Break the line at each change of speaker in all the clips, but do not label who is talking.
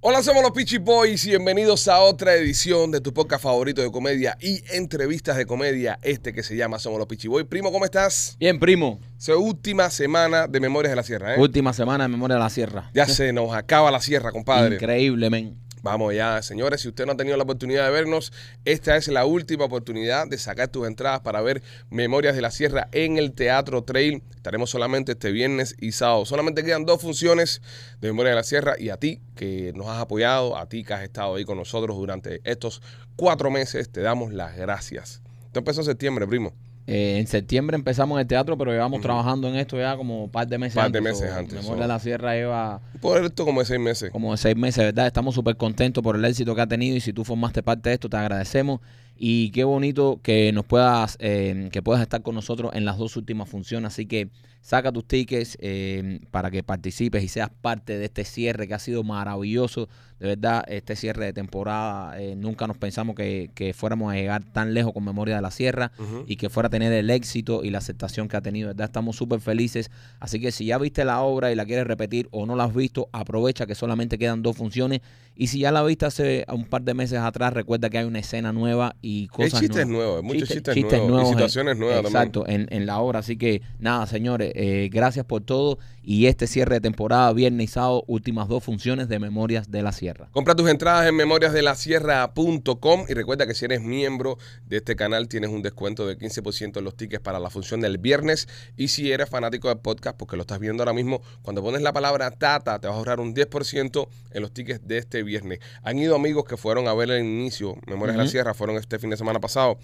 Hola, somos los Peachy Boys y bienvenidos a otra edición de tu podcast favorito de comedia y entrevistas de comedia, este que se llama Somos los Peachy Boys. Primo, ¿cómo estás?
Bien, primo.
Su última semana de Memorias de la Sierra, ¿eh?
Última semana de Memoria de la Sierra.
Ya se nos acaba la sierra, compadre.
Increíble, men.
Vamos ya, señores, si usted no ha tenido la oportunidad de vernos, esta es la última oportunidad de sacar tus entradas para ver Memorias de la Sierra en el Teatro Trail. Estaremos solamente este viernes y sábado. Solamente quedan dos funciones de Memorias de la Sierra y a ti que nos has apoyado, a ti que has estado ahí con nosotros durante estos cuatro meses, te damos las gracias. Esto empezó en septiembre, primo.
Eh, en septiembre empezamos el teatro, pero llevamos trabajando en esto ya como un par de meses
Par de
antes.
meses
so,
antes,
Memoria
so.
de la Sierra lleva
Por esto como de seis meses.
como seis meses, ¿verdad? Estamos súper contentos por el éxito que ha tenido y si tú formaste parte de esto, te agradecemos. Y qué bonito que nos puedas, eh, que puedas estar con nosotros en las dos últimas funciones. Así que saca tus tickets eh, para que participes y seas parte de este cierre que ha sido maravilloso. De verdad, este cierre de temporada, eh, nunca nos pensamos que, que fuéramos a llegar tan lejos con Memoria de la Sierra
Ujú.
y que fuera a tener el éxito y la aceptación que ha tenido. ¿verdad? Estamos súper felices. Así que si ya viste la obra y la quieres repetir o no la has visto, aprovecha que solamente quedan dos funciones. Y si ya la viste hace un par de meses atrás, recuerda que hay una escena nueva y
Hay
cosas
chistes
nuevas.
nuevos, hay muchos
Chiste-
chistes,
chistes
nuevos,
nuevos,
y
eh,
situaciones nuevas también.
Exacto, en, en la obra. Así que nada, señores, eh, gracias por todo. Y este cierre de temporada, viernes y sábado, últimas dos funciones de Memorias de la Sierra.
Compra tus entradas en memoriasdelasierra.com y recuerda que si eres miembro de este canal tienes un descuento de 15% en los tickets para la función del viernes y si eres fanático del podcast, porque lo estás viendo ahora mismo, cuando pones la palabra Tata te vas a ahorrar un 10% en los tickets de este viernes. Han ido amigos que fueron a ver el inicio Memorias de la
Ujú.
Sierra, fueron este fin de semana pasado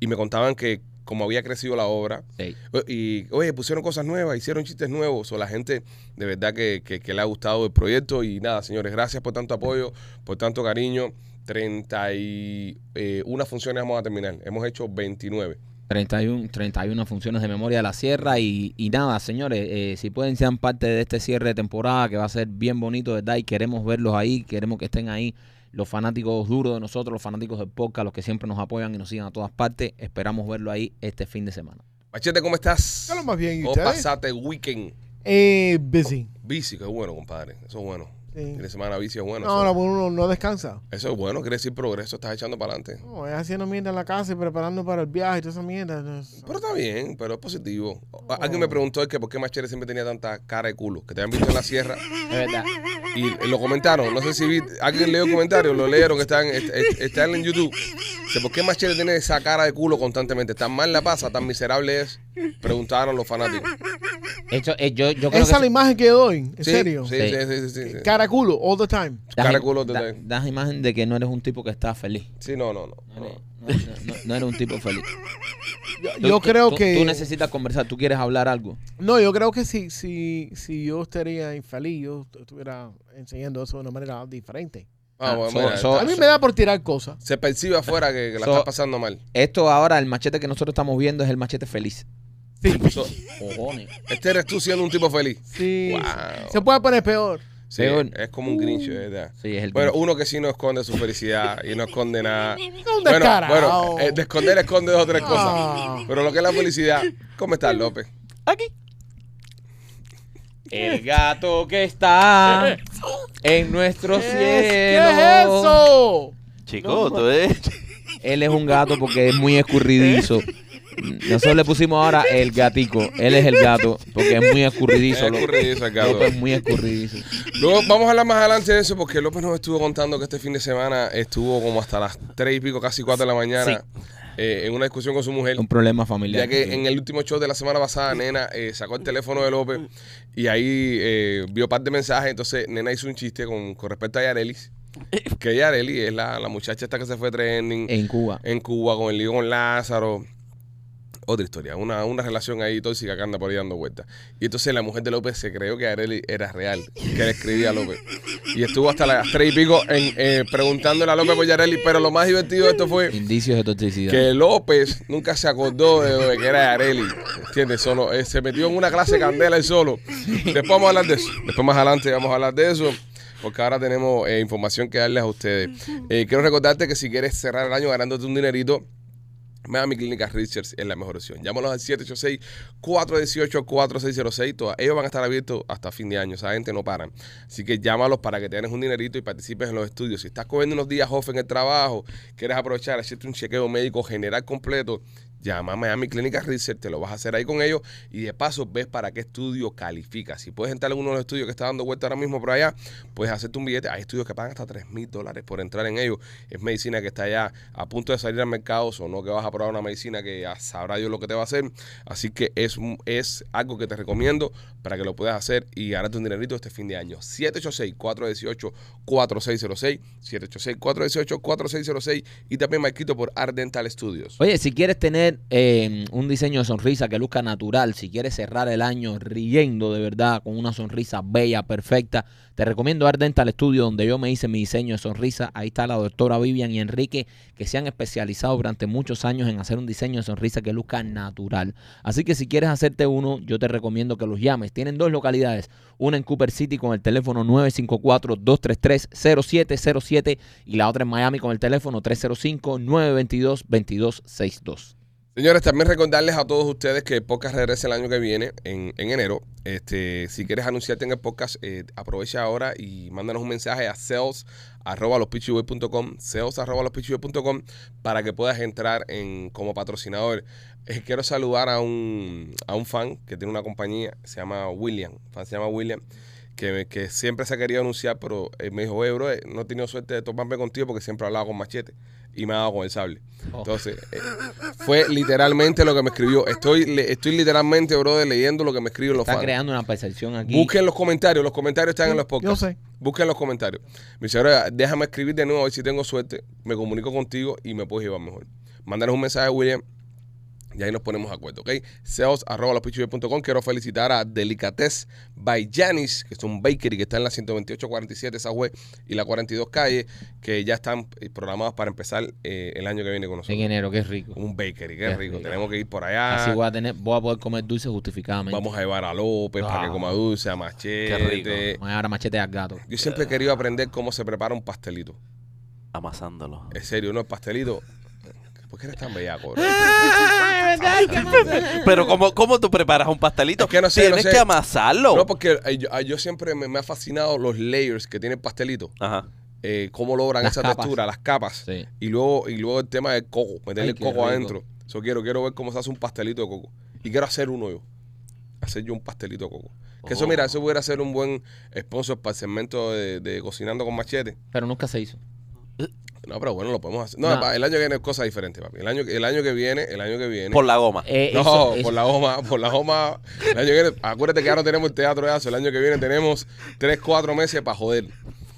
y me contaban que como había crecido la obra,
Ey.
o- Y, oye, pusieron cosas nuevas, hicieron chistes nuevos. O la gente de verdad que, que- que le ha gustado el proyecto. Y nada, señores, gracias por tanto apoyo, por tanto cariño. 31 funciones vamos a terminar. Hemos hecho 29.
31, 31 funciones de memoria de la sierra y, y nada, señores, eh, si pueden sean parte de este cierre de temporada que va a ser bien bonito, ¿verdad? Y queremos verlos ahí, queremos que estén ahí los fanáticos duros de nosotros, los fanáticos del podcast, los que siempre nos apoyan y nos siguen a todas partes, esperamos verlo ahí este fin de semana.
Machete, ¿cómo estás?
Ya lo más bien, ¿y
¿Cómo
ustedes?
pasaste el weekend?
Eh, busy.
Bici, que es bueno, compadre. Eso es bueno.
Sí.
Fin de semana bici es bueno.
No,
eso,
no, pues uno no descansa.
eso es bueno, quiere decir progreso, estás echando para adelante.
No, es haciendo mierda en la casa y preparando para el viaje y toda esa mierda. No, es-
Pero está bien, pero es positivo. A- Alguien me preguntó que por qué Machete siempre tenía tanta cara de culo, que te habían visto en la sierra.
Es verdad.
Y lo comentaron, no sé si vi, alguien leyó comentarios, lo leyeron, están, est- est- están en YouTube. Dice, ¿Por qué Machete tiene esa cara de culo constantemente? ¿Tan mal la pasa? ¿Tan miserable es? Preguntaron los fanáticos.
Eso, eh, yo, yo creo
Esa es la
que...
imagen que doy, en
Sí,
serio.
Sí,
Sí.
sí, sí, sí, sí, sí.
Caraculo, all the time.
das
cara
im-
culo te
da-
tengo.
das imagen de que no eres un tipo que está feliz.
Sí, no, no, no.
No, eres- no- no- no eres un tipo feliz.
Yo,
Tú- tú-
yo creo
tú-
que.
Tú necesitas conversar, tú quieres hablar algo.
no, yo creo que si, si, si yo estaría infeliz, yo est- estuviera enseñando eso de una manera diferente.
Ah,
Ah,
bueno,
so-
mira,
so-
A mí me da por tirar cosas.
se percibe afuera que, que la
so-
estás pasando mal.
Esto ahora, el machete que nosotros estamos viendo es el machete feliz.
Sí.
So,
Cojones.
este eres tú siendo un tipo feliz.
Sí.
Wow.
Se puede poner peor.
Sí,
Peor.
es como un grinch, de ¿verdad?
Sí, es el
Bueno, uno que sí no esconde su felicidad y no esconde nada.
Es un
Bueno,
descarado.
bueno, eh, de esconder esconde dos o tres cosas.
Ah.
Pero lo que es la felicidad, ¿cómo estás, López?
Aquí. El gato que está en nuestro
¿Qué es-
cielo.
¿Qué es eso?
Chico, tú eres.
Él es un gato porque es muy escurridizo. Nosotros le pusimos ahora el gatico. Él es el gato porque es muy escurridizo.
Es escurridizo el gato.
López es muy escurridizo.
Luego vamos a hablar más adelante de eso porque López nos estuvo contando que este fin de semana estuvo como hasta las 3 y pico, casi 4 de la mañana, eh, en una discusión con su mujer.
Un problema familiar.
Ya que en el último show de la semana pasada, Nena eh, sacó el teléfono de López y ahí eh, vio par de mensajes. Entonces, Nena hizo un chiste con, con respecto a Yarelis. Que Yareli es la, la muchacha esta que se fue trending
En Cuba.
en Cuba con el lío con Lázaro. Otra historia, una, una relación ahí tóxica que anda por ahí dando vueltas. Y entonces la mujer de López se creyó que Arely era real, que le escribía a López. Y estuvo hasta las tres y pico en, eh, preguntándole a López por Yareli. Pero lo más divertido de esto fue
Indicios de toxicidad.
que López nunca se acordó de, de que era Yareli. ¿Entiendes? Solo, eh, se metió en una clase de candela él solo. Después vamos a hablar de eso. Después más adelante vamos a hablar de eso. Porque ahora tenemos eh, información que darles a ustedes. Eh, quiero recordarte que si quieres cerrar el año ganándote un dinerito, Miami Clínica Richards es la mejor opción. Llámalos al 786-418-4606. Toda- Ellos van a estar abiertos hasta fin de año. Esa gente no paran. Así que llámalos para que te ganes un dinerito y participes en los estudios. Si estás cogiendo unos días off en el trabajo, quieres aprovechar, hacerte un chequeo médico general completo, Llama a Miami Clínica Research, te lo vas a hacer ahí con ellos y de paso ves para qué estudio califica. Si puedes entrar en uno de los estudios que está dando vuelta ahora mismo por allá, puedes hacerte un billete. Hay estudios que pagan hasta 3 mil dólares por entrar en ellos. Es medicina que está ya a punto de salir al mercado, o no que vas a probar una medicina que ya sabrá Dios lo que te va a hacer. Así que es, un- es algo que te recomiendo para que lo puedas hacer y ganarte un dinerito este fin de año. 786-418-4606, 786-418-4606 y también Marquito por Ardental Studios.
Oye, si quieres tener eh, un diseño de sonrisa que luzca natural, si quieres cerrar el año riendo de verdad con una sonrisa bella, perfecta, te recomiendo Ardental Studio, donde yo me hice mi diseño de sonrisa. Ahí está la doctora Vivian y Enrique, que se han especializado durante muchos años en hacer un diseño de sonrisa que luzca natural. Así que si quieres hacerte uno, yo te recomiendo que los llames. Tienen dos localidades, una en Cooper City con el teléfono 954-233-0707 y la otra en Miami con el teléfono 305-922-2262.
Señores, también recordarles a todos ustedes que el podcast regresa el año que viene, en, en enero. Este, si quieres anunciarte en el podcast, eh, aprovecha ahora y mándanos un mensaje a sales arroba lospitchyboy.com, sales arroba lospitchyboy.com, para que puedas entrar en como patrocinador. Eh, quiero saludar a un, a un fan que tiene una compañía, se llama William, fan se llama William, que, que siempre se ha querido anunciar, pero él me dijo, oye, bro, eh, no he tenido suerte de toparme contigo porque siempre hablaba con machete y me ha dado con el sable.
Oh.
Entonces, eh, fue literalmente lo que me escribió. Estoy, le- estoy literalmente, brother, leyendo lo que me escriben los
Está
fans.
creando una percepción aquí.
Busquen los comentarios, los comentarios están en los podcasts.
Yo sé.
Busquen los comentarios. Mi señora, déjame escribir de nuevo a ver si tengo suerte. Me comunico contigo y me puedes llevar mejor. Mándanos un mensaje a William y ahí nos ponemos de acuerdo, ¿ok? Seos arroba lospichibe.com. Quiero felicitar a Delicatez by Janis, que es un bakery que está en la 12847 Southwest y la 42 calle, que ya están eh, programados para empezar eh, el año que viene con nosotros.
En enero, qué rico.
Un bakery, qué,
Qué
rico.
rico.
Tenemos que ir por allá.
Así voy a, tener, voy a poder comer dulce justificadamente.
Vamos a llevar a López para
Ah.
que coma dulce, a Machete.
Qué rico.
Voy a dar machete al gato.
Yo siempre he querido aprender cómo se prepara un pastelito.
Amasándolo.
En serio, no, el pastelito. ¿Por qué eres tan bellaco? bro?
Pero ¿cómo, cómo tú preparas un pastelito?
Es que no sé,
Tienes
no sé.
que amasarlo.
No, porque eh, yo, eh, yo siempre me, me ha fascinado los layers que tiene el pastelito.
Ajá.
Eh, cómo logran
Las
esa
capas.
textura, las capas.
Sí.
Y luego, y luego el tema del coco, meterle
Ay,
el
qué
coco
rico.
adentro. Eso quiero, quiero ver cómo se hace un pastelito de coco. Y quiero hacer uno yo. Hacer yo un pastelito de coco. Que eso,
Oh.
mira, eso pudiera ser un buen sponsor para el segmento de, de Cocinando con Machete.
Pero nunca se hizo.
No, pero bueno, lo podemos hacer. No,
No.
pa- el año que viene es cosa diferente, papi. El año, que- el año que viene, el año que viene.
Por la goma.
Eh,
no,
eso-
por
eso-
la goma, por la goma. El año que viene, acuérdate que ahora tenemos el teatro de eso. El año que viene tenemos tres, cuatro meses para joder.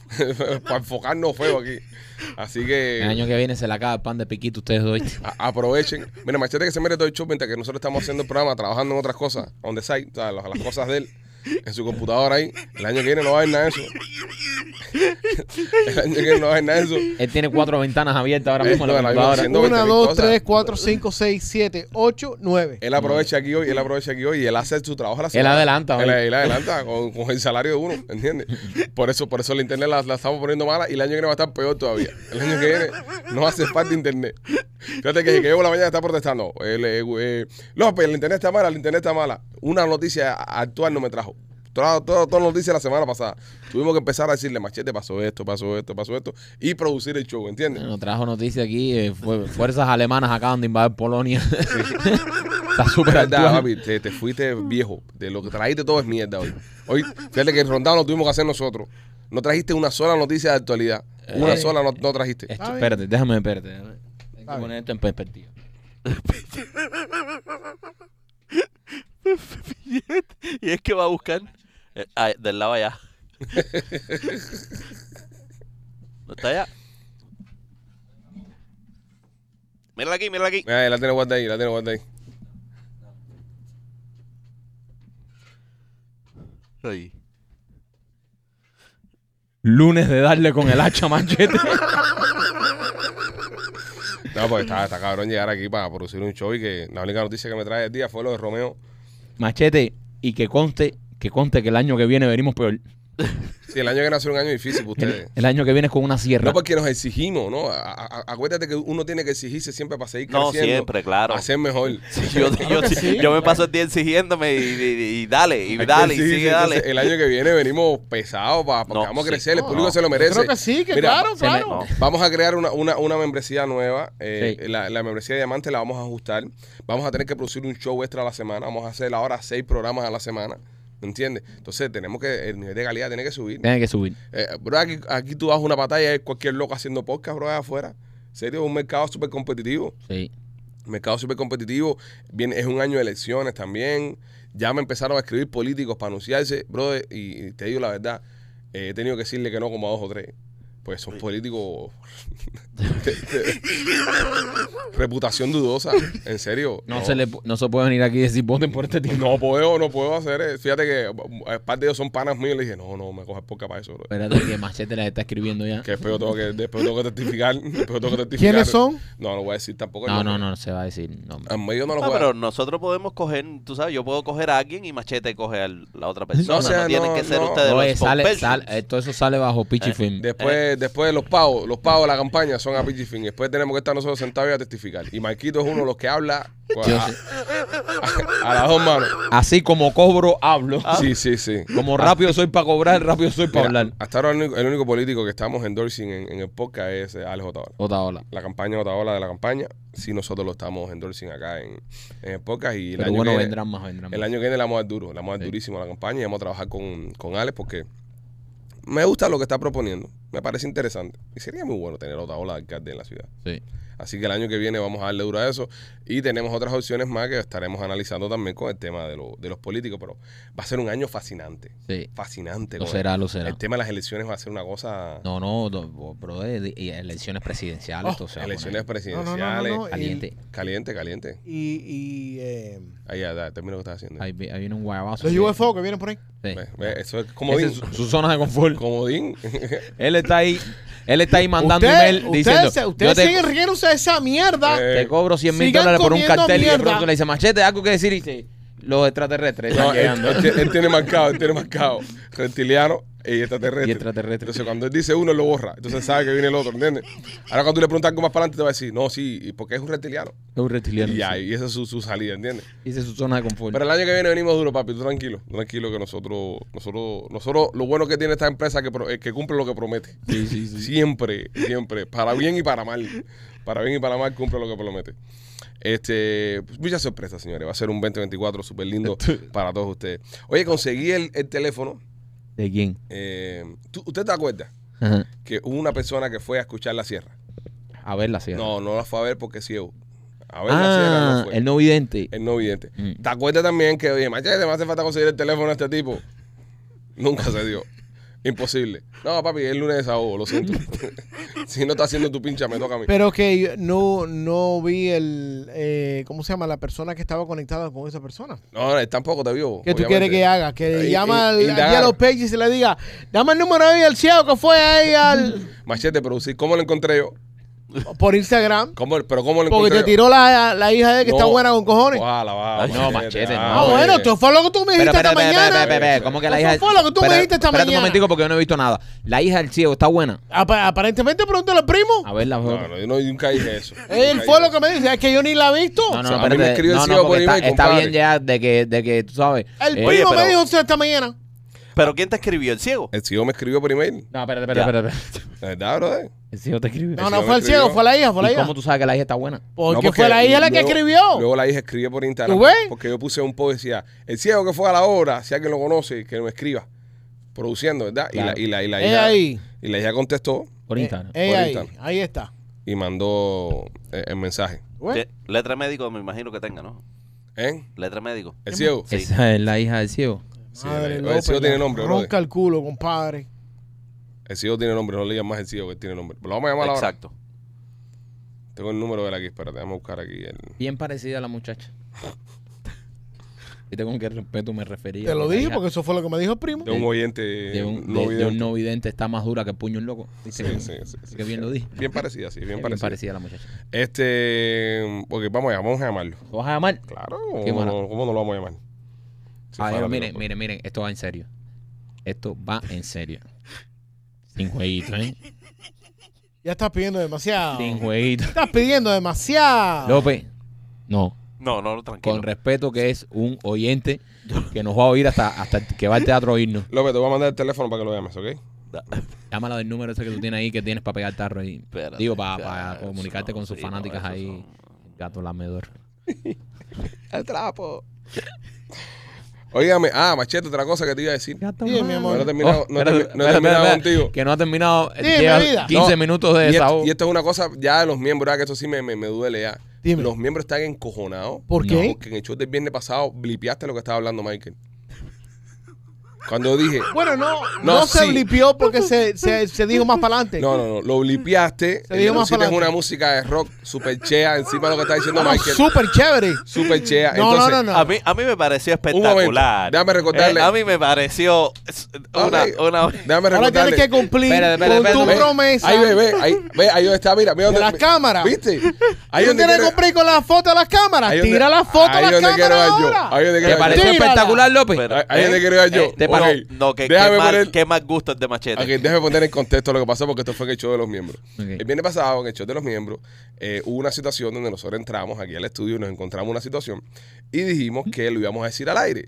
para enfocarnos feo aquí. Así que.
El año que viene se le acaba el pan de piquito ustedes dos.
A- Aprovechen. Mira, Machete que se merece todo el show mientras que nosotros estamos haciendo el programa, trabajando en otras cosas, on the side, o sea, las, las cosas de él, en su computadora ahí. El año que viene no va a haber nada de eso. El año que viene no va a haber nada de eso.
Él tiene cuatro ventanas abiertas ahora mismo en
Eh,
la
no, la
computadora.
haciendo
1,
20.000
2,
cosas.
3, 4, 5, 6, 7, 8, 9.
Él aprovecha aquí hoy, él aprovecha aquí hoy y él hace su trabajo a la semana.
adelanta hoy.
Él, él adelanta con, con el salario de uno, ¿entiendes? Por eso, por eso la internet la, la estamos poniendo mala y el año que viene va a estar peor todavía. El año que viene no hace falta internet. Fíjate que desde que llevo la mañana está protestando. El, eh, eh, López, la internet está mala, la internet está mala. Una noticia actual no me trajo. Todas todas- todas las noticias la semana pasada. Tuvimos que empezar a decirle, machete, pasó esto, pasó esto, pasó esto, y producir el show, ¿entiendes?
Nos trajo noticia aquí. eh, fue- fuerzas alemanas acaban de invadir Polonia. Está súper
Verdad,
actual.
papi, te, te fuiste viejo. De lo que trajiste todo es mierda hoy. Hoy, fíjate que el rondado lo tuvimos que hacer nosotros. No trajiste una sola noticia de actualidad. Una
Eh.
sola no, no trajiste.
Esto-
Está bien.
espérate, déjame, espérate. déjame. Tengo
Está
que poner esto en perspectiva.
y es que va a buscar eh, ah, del lado allá. ¿No está allá? Mírala aquí, mírala aquí.
Mira, la tiene guarda ahí, la tiene guarda ahí.
Ahí.
Lunes de darle con el hacha machete.
No, pues está, está cabrón llegar aquí para producir un show y que la única noticia que me trae el día fue lo de Romeo.
machete, y que conste, que conste que el año que viene venimos peor.
Sí, el año que nació es un año difícil para
El,
ustedes.
el año que viene es con una sierra.
No porque nos exigimos, ¿no? A- a- acuérdate que uno tiene que exigirse siempre para seguir
No,
creciendo.
siempre, claro.
Hacer mejor.
Yo, yo-
que sí.
yo me paso el día exigiéndome y, y- y dale, y
Hay que
dale, y
exigirse.
sigue, dale.
Entonces, el año que viene venimos pesados para, porque
No,
vamos a
sí.
crecer. El
No,
público
no.
se lo merece.
Creo que sí, que
Mira,
claro,
se me-
claro.
no.
Vamos a crear una, una, una membresía nueva. eh,
Sí.
la, la membresía de diamante la vamos a ajustar. Vamos a tener que producir un show extra a la semana. Vamos a hacer ahora seis programas a la semana. ¿Me entiendes? Entonces tenemos que, el nivel de calidad tiene que subir.
Tiene que subir.
Eh, bro, aquí, aquí tú das una batalla es cualquier loco haciendo podcast, bro, allá afuera. Serio, un mercado súper competitivo.
Sí.
Mercado súper competitivo. Viene, es un año de elecciones también. Ya me empezaron a escribir políticos para anunciarse, bro. Y, y te digo la verdad, eh, he tenido que decirle que no como a dos o tres. Pues son políticos. de- de- reputación dudosa, en serio.
No, Se le, pu- no se puede venir aquí y decir voten por este tipo.
No puedo, no puedo hacer. eh. Fíjate que eh, parte de ellos son panas míos. Le dije, no, no, me coges poca para eso, bro.
Espérate que Machete la está escribiendo ya.
Que después yo tengo que, después tengo que testificar. después tengo que testificar.
¿Quiénes son?
No, no voy a decir tampoco.
No,
yo-
no, no, no se va a decir. No,
En medio no lo
Ah,
voy a
pero nosotros podemos coger, tú sabes, yo puedo coger a alguien y Machete coge a la otra persona. No,
o sea,
tienen
no,
que ser
no.
ustedes
No,
los
eh, sale,
spokespersons.
sale, eh, todo eso sale bajo Pichi
Eh,
Film.
Después,
Eh.
después los pagos, los pagos de la campaña son a Pichi Fin. Después tenemos que estar nosotros sentados y a testificar. Y Marquito es uno de los que habla con-
Yo
a,
sé.
a las dos manos.
Así como cobro, hablo.
Sí, sí, sí.
Como rápido soy para cobrar, rápido soy para
Ah. Mira,
Ah. hablar.
hasta ahora el único, el único político que estamos endorsing en, en el podcast es eh, Alex Otaola.
Otra ola.
La campaña Otaola de la campaña, sí nosotros lo estamos endorsing acá en, en el podcast. Y el
Pero
año
bueno,
que-
vendrán más, vendrán más.
El año que viene la vamos a dar duro, la vamos a dar
Sí.
durísimo a la campaña y vamos a trabajar con, con Alex porque me gusta lo que está proponiendo, me parece interesante y sería muy bueno tener otra ola de alcalde en la ciudad.
Sí.
Así que el año que viene vamos a darle duro a eso y tenemos otras opciones más que estaremos analizando también con el tema de, lo- de los políticos, pero va a ser un año fascinante,
Sí.
fascinante.
Lo
con
será, lo
el,
será.
el tema de las elecciones va a ser una cosa,
No, no, no, bro, eh, de- y elecciones presidenciales.
Oh,
esto se va a
elecciones
poner
No,
presidenciales,
no, no, no, eh. no.
Caliente.
caliente, caliente.
Y, y eh,
Ahí ya, ya, termino lo que estás haciendo.
Ahí, vi- ahí viene un guayabazo.
los
sí.
UFO que vienen por ahí.
Sí.
Ve, ve, eso es
Esa
comodín,
es su, su zona de confort.
comodín.
Él está ahí, él está ahí mandando
Ustedes-
email
ustedes
diciendo.
se-
yo
ustedes
te,
siguen riéndose de esa mierda.
Eh,
te cobro 100 mil
sigan
dólares por un
comiendo
cartel y de
mierda.
pronto le dice, machete, algo que decir y dice, los extraterrestres
No, eh,
están
él,
llegando.
él tiene- él tiene marcado, él tiene marcado reptiliano y extraterrestre.
Y extraterrestre.
Entonces, cuando él dice uno, él lo borra. Entonces, sabe que viene el otro, ¿entiendes? Ahora, cuando tú le preguntas algo más para adelante, te va a decir, no, sí, ¿y porque es un reptiliano.
Es un reptiliano.
Y ya,
sí.
y esa es su, su salida, ¿entiendes?
Esa es su zona de confort.
Pero el año que viene venimos duro, papi, tú tranquilo. tú Tranquilo que nosotros, nosotros, nosotros, lo bueno que tiene esta empresa es que, pro- es que cumple lo que promete.
sí, sí, sí.
Siempre, siempre. Para bien y para mal. Para bien y para mal cumple lo que promete. Este, pues, muchas sorpresas, señores. Va a ser un 2024 súper lindo
Este.
para todos ustedes. Oye, conseguí el, el teléfono.
¿De quién?
Eh, ¿tú- ¿Usted te acuerda
Ajá.
que hubo una persona que fue a escuchar la sierra?
A ver la sierra.
No, no la fue a ver porque es ciego. A ver la sierra
ah,
no fue.
el no vidente.
El no vidente.
Mm.
¿Te acuerdas también que, oye, machete, me hace falta conseguir el teléfono a este tipo? Nunca se dio. Imposible. No, papi, es el lunes de desahogo, lo siento. si no está haciendo tu pincha, me toca a mí.
Pero que yo no, no vi el. eh, ¿Cómo se llama? La persona que estaba conectada con esa persona.
No, no, él tampoco te vio.
¿Qué tú
obviamente.
quieres que haga? Que
Eh,
llama al,
in-
al
indagar.
Yellow Page y se le diga, dame el número ahí al ciego que fue ahí al,
Machete, pero sí, ¿cómo lo encontré yo?
por Instagram.
¿Cómo, ¿Pero cómo lo
Porque
encontré
te tiró la, la hija de él que
No.
está buena con cojones.
Ojalá, va,
Ay,
no, Machete,
Ah,
no,
bueno,
oye.
esto fue lo que tú me dijiste
Pero,
esta
espera, espera,
mañana.
espera, espera, ¿Cómo que la
Eso
hija...
fue lo que tú me
Espera,
dijiste esta
espérate un
mañana.
momentico porque yo no he visto nada. La hija del ciego está buena.
Apa- Aparentemente pregúntale al primo.
Ah,
A ver la
No, no, yo no- nunca dije eso.
Él
Nunca
fue
dije
lo que me dice, es que yo ni la he visto.
No, no,
O sea, a mí
espérate.
me escribió el
no, no,
ciego
porque
por
está,
email,
está
compadre.
bien ya de que, de que tú sabes.
El
eh,
primo
Oye,
me
pero-
dijo eso esta mañana.
Pero ¿quién te escribió? ¿El ciego?
El ciego Eh, me escribió por email.
No, espérate, espérate,
Ya.
espérate. espérate.
¿La verdad, brother?
El ciego te escribió.
si
No, no
no
fue
me
el ciego,
escribió.
fue la hija, fue la
¿Y
hija.
cómo tú sabes que la hija está buena?
No,
Porque fue la hija la que
luego-
escribió.
Luego la hija escribió por Instagram.
¿Tú ves?
Porque yo puse un post y decía, el ciego que fue a la obra, si alguien lo conoce, que me escriba. Produciendo, ¿verdad? Y la- Y, la, y, la,
Ella
hija,
ahí.
y la hija contestó
Por Instagram.
Eh,
Por
ahí,
Instagram.
ahí está.
y mandó eh, el mensaje.
Bueno,
Sí, Letra médico me imagino que tenga, ¿no?
¿Eh?
Letra médico.
¿El ciego?
Sí.
Esa es eh, la hija del ciego.
Sí,
madre
el- el
López,
ciego tiene
la
nombre, brother.
Ronca el culo, compadre.
El ciego tiene nombre, no le digas más el ciego que tiene nombre. Lo vamos a llamar ahora.
Exacto.
Tengo el número de él aquí, espérate, vamos a buscar aquí. El...
Bien parecida a la muchacha. Viste con qué respeto me refería.
Te lo
La
dije
hija
porque eso fue lo que me dijo el primo.
De un oyente
De un,
no
de- de un
vidente.
no vidente está más dura que puño un loco. ¿Viste?
Sí, sí, sí, sí.
Qué bien lo dije.
Bien parecida, sí, bien,
Bien
parecida.
parecida a la muchacha.
Este, porque vamos allá, vamos a llamarlo.
¿Lo vas a llamar?
Claro,
Qué
¿cómo
mala.
no, cómo no lo vamos a llamar? Sí,
Ah,
fájate,
miren,
loco.
miren, miren, esto va en serio. Esto va en serio. Sin jueguito, ¿eh?
Ya estás pidiendo demasiado.
Sin jueguito.
Estás pidiendo demasiado.
López, no.
No, no, tranquilo.
Con respeto que es un oyente que nos va a oír hasta, hasta que va al teatro a oírnos.
López, te voy a mandar el teléfono para que lo llames, ¿ok?
Llámala del número ese que tú tienes ahí que tienes para pegar tarro ahí.
Espérate,
Digo, para,
espérate,
para comunicarte
eso no,
con sus
sí, no,
fanáticas
eso
ahí. Gato lamedor.
El trapo. Óigame, ah, machete, otra cosa que te iba a decir.
Gato
Dime, mi
No
amor.
he terminado,
Oh,
no he
espérate,
termi- no he
espérate,
terminado
espérate,
contigo.
Que no ha terminado. eh,
Dime,
lleva
vida.
15
No,
minutos de
Y esto,
desahogo.
y este esto es una cosa ya de los miembros, ¿verdad? que esto sí me, me- me duele ya.
Dime.
Los miembros están encojonados.
¿Por
No.
qué?
Porque en el show del viernes pasado blipeaste lo que estaba hablando Michael. Cuando dije,
Bueno, no,
No,
no, se
sí.
blipió porque se, se, se dijo más para adelante.
no, no, no, lo blipeaste,
Se
le
dijo más
pusiste
pa'lante.
una música de rock super chea encima de lo que está diciendo Michael.
Súper chévere.
Super chea.
No,
Entonces,
no, no, no.
A mí, a mí me pareció espectacular.
déjame recordarle-
Eh, a mí me pareció es- una,
Ok.
una-
Déjame
Ahora
recordarle.
tienes que cumplir
Espérate, espérate,
con tu
espérate.
Ve,
promesa.
Ahí ve, ve, ahí, ve, ahí donde está, mira, mira
De
donde.
las cámaras.
¿Viste? Ahí
¿Tú
donde
quieres
quiero-
cumplir con la foto a las cámaras?
ahí donde-
Tira la foto a
ahí
las
donde
cámaras
quiero ir yo,
ahora.
ahí donde
¿Te
quiero ir
pareció
yo.
Tírala.
espectacular, López?
pero, ¿eh?
ahí es donde quería yo.
te
Ok.
pare- No, que,
Déjame
qué, mal,
poner-
qué mal gusto el de Machete.
Ok, déjame poner en contexto lo que pasó porque esto fue en el show de los miembros.
Ok.
El viernes pasado, en el show de los miembros, eh, hubo una situación donde nosotros entramos aquí al estudio y nos encontramos una situación y dijimos que lo íbamos a decir al aire.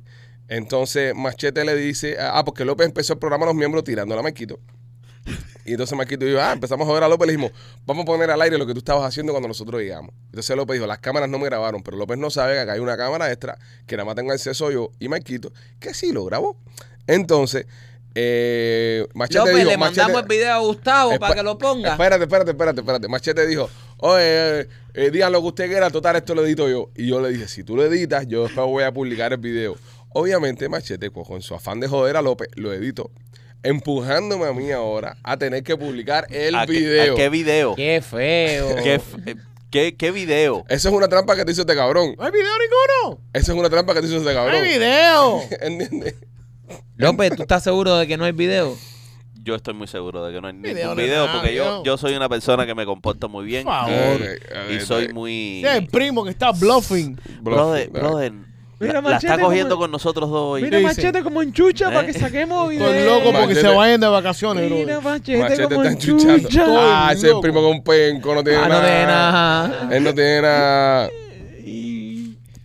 Entonces Machete le dice, ah, porque López empezó el programa Los Miembros tirándole a Marquito. Y entonces Marquito y yo, ah, empezamos a joder a López, le dijimos, vamos a poner al aire lo que tú estabas haciendo cuando nosotros llegamos. Entonces López dijo, las cámaras no me grabaron, pero López no sabe que acá hay una cámara extra, que nada más tengo acceso yo y Marquito, que sí lo grabó. Entonces, eh, Machete
López,
dijo,
le mandamos
Machete-
el video a Gustavo
Espa-
para que lo ponga.
Espérate, espérate, espérate, espérate. Machete dijo, oye, eh, eh, digan lo que usted quiera, total, esto lo edito yo. Y yo le dije, si tú lo editas, yo después voy a publicar el video. Obviamente, Machete, pues, con su afán de joder a López, lo edito. Empujándome a mí ahora a tener que publicar el
¿A qué-
video.
a ¿Qué video? ¿Qué,
Qué feo.
f- eh, qué- qué video?
Eso es una trampa que te hizo este cabrón.
No hay video ninguno.
Eso es una trampa que te hizo este
No
cabrón.
hay video.
¿Entiendes?
López, ¿tú estás seguro de que no hay video?
Yo estoy muy seguro de que no hay ningún
Video
video,
de nada,
porque
video.
yo, yo soy una persona que me comporto muy bien eh,
Por favor.
Ok, a
y
ver,
soy
eh,
muy...
Ese es el primo que está bluffing.
bluff,
Brother,
dale.
brother,
Mira,
la, la
Machete,
está
cómo-
cogiendo con nosotros dos hoy.
Mira, Machete
como enchucha
para que
saquemos
Estoy Eh. loco porque
Machete.
se vayan de vacaciones, bro.
Machete,
Machete está enchuchando. Ah, ese es el
loco.
primo con penco, no tiene
Ah, no de nada.
Él no tiene nada.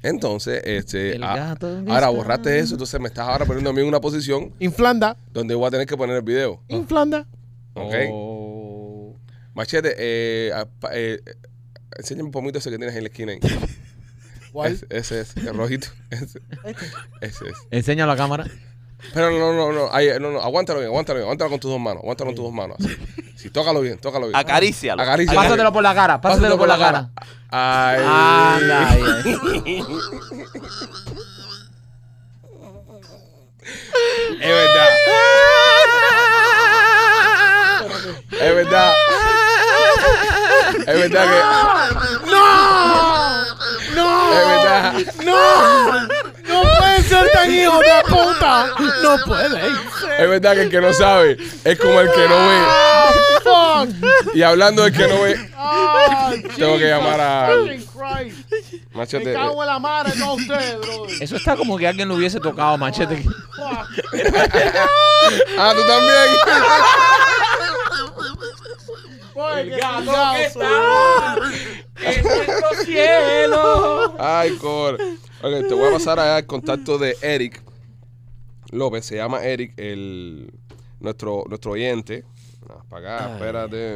Entonces, este.
El
ah,
gato
ahora
está-
borraste eso, entonces me estás ahora poniendo a mí en una posición
Inflanda,
donde voy a tener que poner el video.
inflanda.
¿Ok?
Oh.
Machete, eh, a- pa- eh, eh, enséñame un pomito ese que tienes en la esquina ahí.
¿Cuál?
Ese, ese es, el rojito. Ese,
Este.
ese es.
Enseña a la cámara.
Pero no, no, no, ahí, no, no, aguántalo bien, aguántalo bien, aguántalo con tus dos manos, aguántalo con tus dos manos. así. Sí, tócalo bien, tócalo bien.
Acarícialo.
Acarícialo.
Pásatelo por la cara, pásatelo por la cara. Ah,
Ay.
Anda, ahí.
Es verdad. Es verdad. Es verdad que.
¡No!
Es verdad.
¡No! ¡No puede ser tan hijo de puta! ¡No puede ser!
Es verdad que el que no sabe es como el que no ve.
¡Oh, fuck!
Y hablando del que no ve,
Ah,
Tengo que
Jesus
llamar a-
fucking Christ. Me
machete.
cago en la madre con ustedes, bro.
Eso está como que alguien lo hubiese tocado, Machete.
Fuck.
Ah, tú también.
Boy, qué chingazo, bro.
cielo.
Ay, cor. Ok, te voy a pasar al contacto de Eric López. Se llama Eric, el nuestro, nuestro oyente. Ah, para acá, espérate.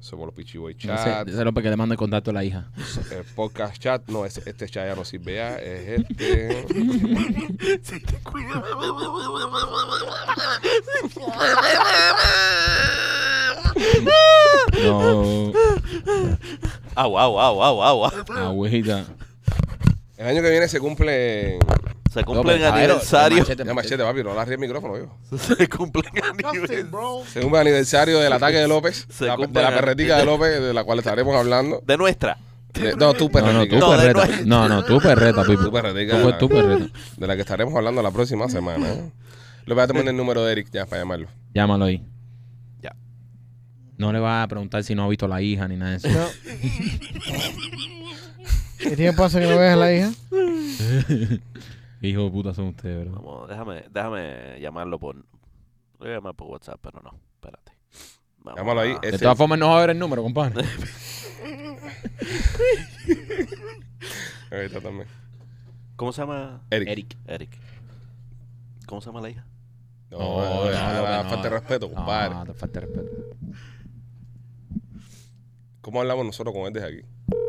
Somos los Pichiboy Chat.
Dice López que le manda el contacto a la hija.
eh, podcast chat. No, ese- este chat ya no sirve ya. Es este.
No,
Au, au, au, au, au, au.
agüita.
El año que viene se cumple.
Se cumple el
López, caballero,
aniversario.
Machete,
Ya,
Machete.
machete, papi, no la ríe el micrófono yo.
Se cumple el
Nothing,
aniversario.
bro.
Se cumple el aniversario del ataque de López.
Se
la-
cumple
de la
el-
perretica de López, de la cual estaremos hablando.
De nuestra.
De- no, tú
No, pues, no,
perretica.
tú
No, de
perreta.
nuevo.
No, no, tú perreta, Pipo.
Tú perretica.
Tú, tú perreta.
De la que estaremos hablando la próxima semana. ¿eh? López, voy a tomar el número de Eric ya para llamarlo.
Llámalo ahí.
Ya.
No le vas a preguntar si no ha visto la hija ni nada de eso.
No. ¿Qué tiempo hace que no veas a la hija?
Hijo de puta son ustedes, bro.
Vamos, déjame, déjame llamarlo por. Lo voy a llamar por WhatsApp, pero no. Espérate. Vamos
Llámalo ahí,
a-
es-
De
Ese-
todas formas, no va a ver el número, compadre.
Ahí está también.
¿Cómo se llama
Eric.
Eric.
Eric? ¿Cómo se llama la hija?
No,
No,
no,
no,
no, ya,
no,
la
no.
falta de respeto, compadre.
No, te falta de respeto.
¿Cómo hablamos nosotros con él desde aquí?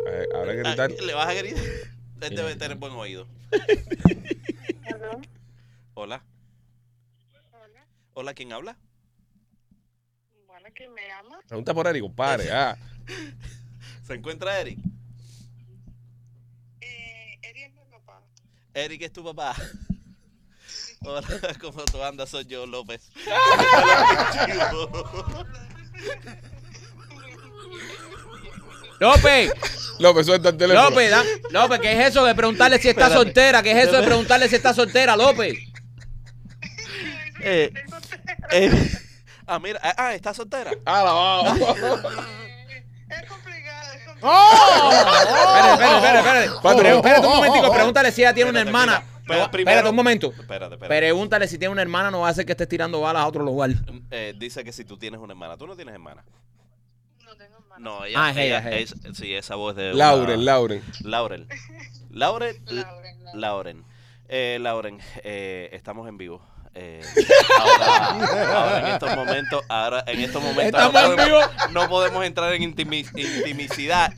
Eh, Habrá que gritar.
Ah, ¿Le vas a gritar? Él debe tener buen oído. Hola.
Hola,
Hola, ¿quién habla?
bueno, ¿quién me llama?
Pregunta por Eric, compadre. Ah,
¿Se encuentra Eric?
Eh, Eri es mi papá.
Eric es tu papá. Hola, ¿cómo tú andas? Soy yo, López.
¡López!
López, suelta el teléfono.
López, da- López, ¿qué es eso de preguntarle si está
Espérate.
soltera? ¿Qué es eso de preguntarle si está soltera, López?
Eh,
Tengo tres.
eh, ah, mira. ah, Ah, ¿estás soltera?
Ah, la vamos.
Eh, Es complicado, es complicado.
¡Oh!
Espérate, espérate, espérate, espérate.
Pato,
Pre-
oh,
Espérate un
oh,
momentico,
oh, oh.
pregúntale si ella tiene una
Espérate,
hermana.
mira,
No,
pero primero-
Espérate un momento.
Espérate, espérate.
Pregúntale si tiene una hermana, no va a hacer que esté tirando balas a otro lugar.
Eh, dice que si tú tienes una hermana, tú no tienes hermana.
No tengo hermano.
Oh. No, ella,
Ah, es ella,
ella-
es
es- sí, esa voz de una-
Lauren, Lauren.
Laurel. Laurel,
Lauren, Lauren.
Lauren. Eh, Lauren, eh, estamos en vivo. Eh, ahora, ahora en estos momentos, ahora en estos momentos
Estamos
no
en
podemos, no podemos entrar en intimi- intimicidad,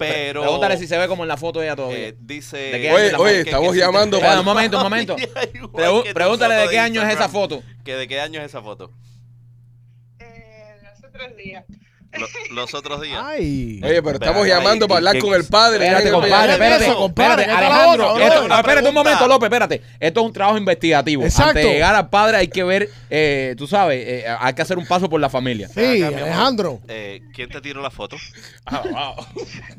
pero
Pregúntale si se ve como en la foto ella todavía.
eh, dice
¿De qué
Oye,
año?
oye,
que- que
estamos
existe-
llamando
Espera, un momento, un momento.
Igual
Pregu-
que tu
pregúntale
foto
de qué año es esa
Instagram.
foto.
Que de qué año es esa foto.
Eh, hace tres días.
Lo- los otros días.
Oye,
¡Ay!
pero
Espérate,
estamos
ay,
llamando para hablar
¿qué-
con el padre.
Espérate,
Déjame
compadre,
llamar.
espérate,
eso, compadre,
espérate,
esta es la
Alejandro,
otra,
esto-
bro.
espérate un
Pregunta.
momento, López, espérate. Esto es un trabajo investigativo.
Exacto.
Antes de llegar al padre hay que ver, eh, tú sabes, eh, hay que hacer un paso por la familia.
Sí,
Acá, mi amor.
Alejandro.
Eh, ¿Quién te tiró la foto?
Ah, wow.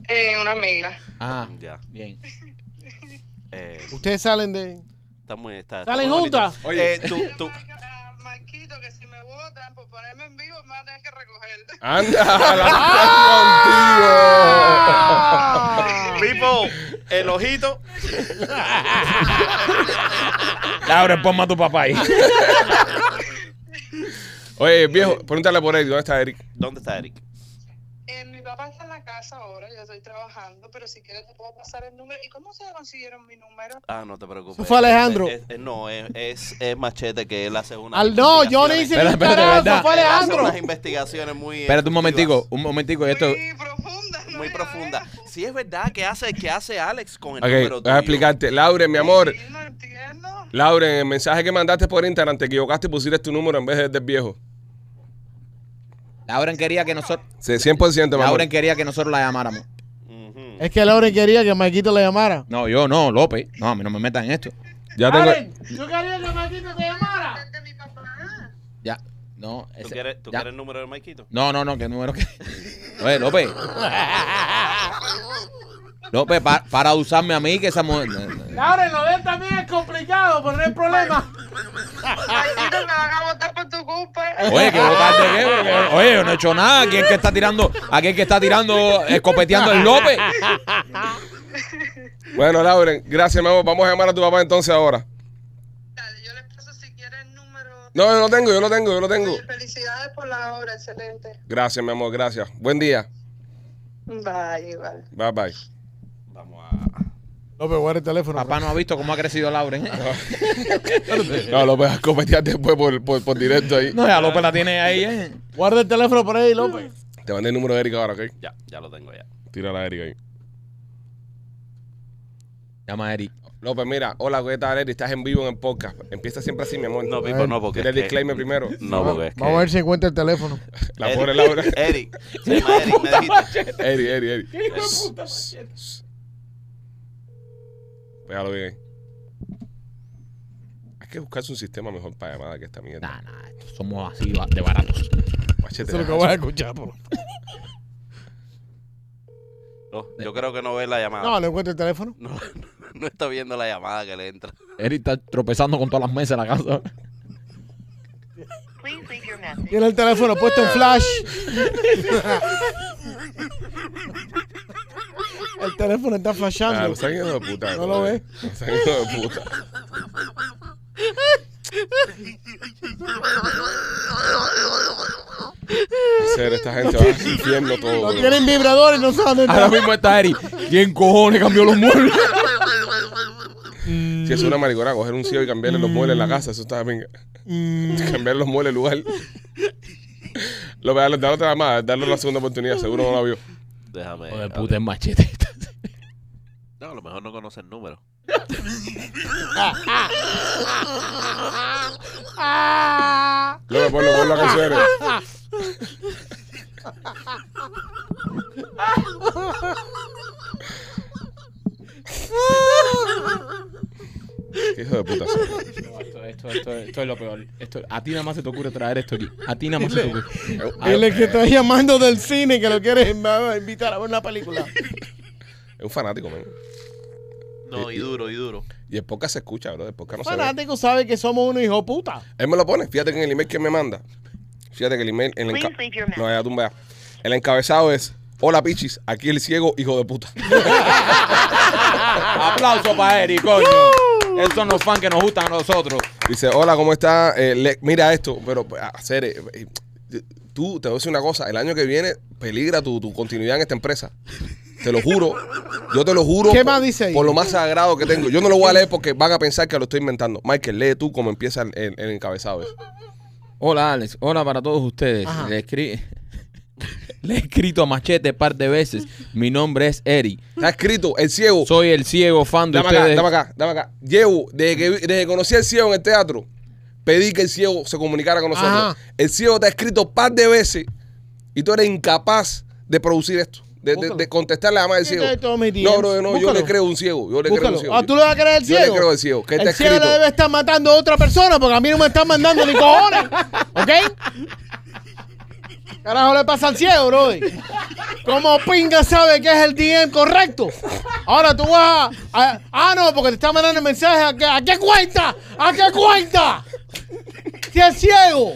Eh, una amiga.
Ah,
Ya.
bien.
Eh,
Ustedes salen de...
está muy. Está, está
Salen
muy bonito.
juntas.
Oye.
Eh, tú, tú,
A Marquito, que si me votan por ponerme en vivo, me van a tener que recoger.
Anda, la contigo.
Ah. People, el ojito.
Laura, ponme a tu papá ahí.
Oye, viejo, pregúntale por Eric. ¿Dónde está Eric?
¿Dónde está Eric?
Eh, mi papá está en la casa ahora, yo estoy trabajando, pero si quieres te puedo pasar el número. ¿Y cómo se consiguieron mi número?
Ah, no te preocupes.
Eso fue Alejandro.
Es- es- no, es, es, es Machete que él hace una.
Al, no, yo no hice
Espera,
ni un
espera,
carajo,
¿verdad?
fue
Él hace
Alejandro.
unas investigaciones muy.
Espérate un momentico,
efectivas,
un momentico. Esto,
Muy profunda. ¿no?
Muy
Ya
profunda.
ves.
Sí, es verdad que hace, que hace Alex con el
Ok,
número
voy a
tuyo.
explicarte. Lauren, mi amor.
Sí, no entiendo.
Lauren, el mensaje que mandaste por Instagram, te equivocaste y pusiste tu número en vez de- del viejo.
Laura quería que nosotros,
Sí, 100%, mi amor.
Laura quería que nosotros la llamáramos.
Ujú.
Es que Lauren quería que Maquito le llamara.
No, yo no, López. No, a mí no me metan en esto.
Ya tengo...
yo quería que Maquito te llamara.
Es de mi papá.
Ya, no.
¿Tú,
ese-
quieres, tú
ya.
quieres el número de Maikito?
No, no, no, que número que. Oye, López. López, pa- para de usarme a mí, que esa mujer. no, no, no.
Lauren, lo de también es complicado, pero no hay problema.
Marquito, me van a votar por tu culpa.
Oye, que votaste qué, bro? Que- Oye, yo no he hecho nada. Aquí el que está tirando, aquí el que está tirando, escopeteando el López.
Bueno, Lauren, gracias, mi amor. Vamos a llamar a tu papá entonces ahora.
Dale, yo les paso si quieres el número.
No, yo lo tengo, yo lo tengo, yo lo tengo.
Oye, Felicidades por la obra, excelente.
Gracias, mi amor, gracias. Buen día.
Bye, igual.
Bye, bye.
Vamos a.
López, guarda el teléfono.
Papá no ha visto cómo ha crecido Lauren.
No, lo voy a cometear después por, por, por directo ahí.
No, ya López la tiene ahí, ¿eh?
Guarda el teléfono por ahí, López.
Te mandé el número de Erika ahora, ¿ok?
Ya, ya lo tengo ya.
Tira la Erika ahí.
Llama a Eric.
López, mira, hola, ¿qué tal, Erika? Estás en vivo en el podcast. Empieza siempre así, mi amor.
No,
ver,
Pipo, no, porque.
Tira el
es que-
disclaimer primero.
No, porque. es
Vamos a
que-
ver si encuentra el teléfono.
La
Eric.
pobre Laura.
Eric, se llama Eric, me dijiste.
Eri, Eri, Eri. Pégalo bien ahí. Hay que buscarse un sistema mejor para llamada que esta mierda.
Nah, nah, estos somos así ba- de baratos.
Machete,
Eso es lo que
deja
vas a escuchar. por-
No, Oh, yo creo que no ve la llamada.
No, no encuentra el teléfono.
No, no, no está viendo la llamada que le entra.
Eric está tropezando con todas las mesas de la casa.
Tiene el teléfono puesto en flash. el teléfono está
Ah,
flashando.
no sean hijos de puta.
No lo
Ah,
Ah,
brother.
ve.
No sean hijos de puta. ser, esta gente va al infierno todo.
No
bro.
tienen vibradores, no
Ah,
saben.
Ahora mismo está Eri. ¿Quién cojones cambió los muebles?
Si es una maricona, coger un CEO y cambiarle los muebles en la casa, eso está bien. Cambiar los muebles, lugar. Lo voy a darle darle otra llamada, darle una segunda oportunidad, seguro no la vio.
Déjame.
Joder,
abrir.
puta, es machete.
No, a lo mejor no conoce el número.
Luego ponlo, ponlo a canciones. Qué Hijo de puta. son.
No, esto, esto, esto, esto es lo peor. Esto, a ti nada más se te ocurre traer esto aquí. A ti nada más se te ocurre.
Dile que estás llamando del cine que lo quieres invitar a ver una película.
Es un fanático, man.
No, y duro, y duro.
Y el podcast se escucha, bro. El podcast no se ve.
Fanático sabe que somos unos hijos puta.
Él me lo pone. Fíjate que en el email que me manda. Fíjate que el email. El enca-
Please leave your message.
no, ya tumba. ya. El encabezado es: Hola, pichis. Aquí el ciego, hijo de puta.
Aplauso para Eri, coño. Esos son los fans que nos gustan a nosotros.
Dice: Hola, ¿cómo está? Eh, le- mira esto. Pero, pues, hacer. eh, eh, tú, te voy a decir una cosa. El año que viene peligra tu, tu continuidad en esta empresa. Te lo juro. Yo te lo juro.
¿Qué
por-
más dice ahí?
Por lo más sagrado que tengo. Yo no lo voy a leer porque van a pensar que lo estoy inventando. Michael, lee tú cómo empieza el, el- el encabezado. ese.
Hola, Alex. Hola para todos ustedes.
Ajá.
Le, escri- Le he escrito a Machete un par de veces. Mi nombre es Eri.
Está escrito: El ciego.
Soy el ciego fan de
Dame acá,
ustedes.
dame acá, dame acá. Llevo, desde que, vi- desde que conocí al ciego en el teatro, pedí que el ciego se comunicara con nosotros.
Ajá.
El ciego te ha escrito par de veces y tú eres incapaz de producir esto, de, de, de contestarle a más del
Yo
ciego.
te doy todos mis DMs.
No, bro, no, yo le
Búscalo.
creo a un ciego. Yo le creo a un
Búscalo.
ciego.
Ah, tú le vas a creer al
Yo
ciego.
le creo al ciego. ¿Qué
el
está
ciego
escrito?
le debe estar matando a otra persona porque a mí no me están mandando ni cojones. ¿Ok? Carajo le pasa al ciego, bro. ¿Cómo pinga sabe que es el DM correcto? Ahora tú vas a. a- ah, no, porque te está mandando mensajes. ¿A qué, a qué cuenta? ¿A qué cuenta? Si es ciego.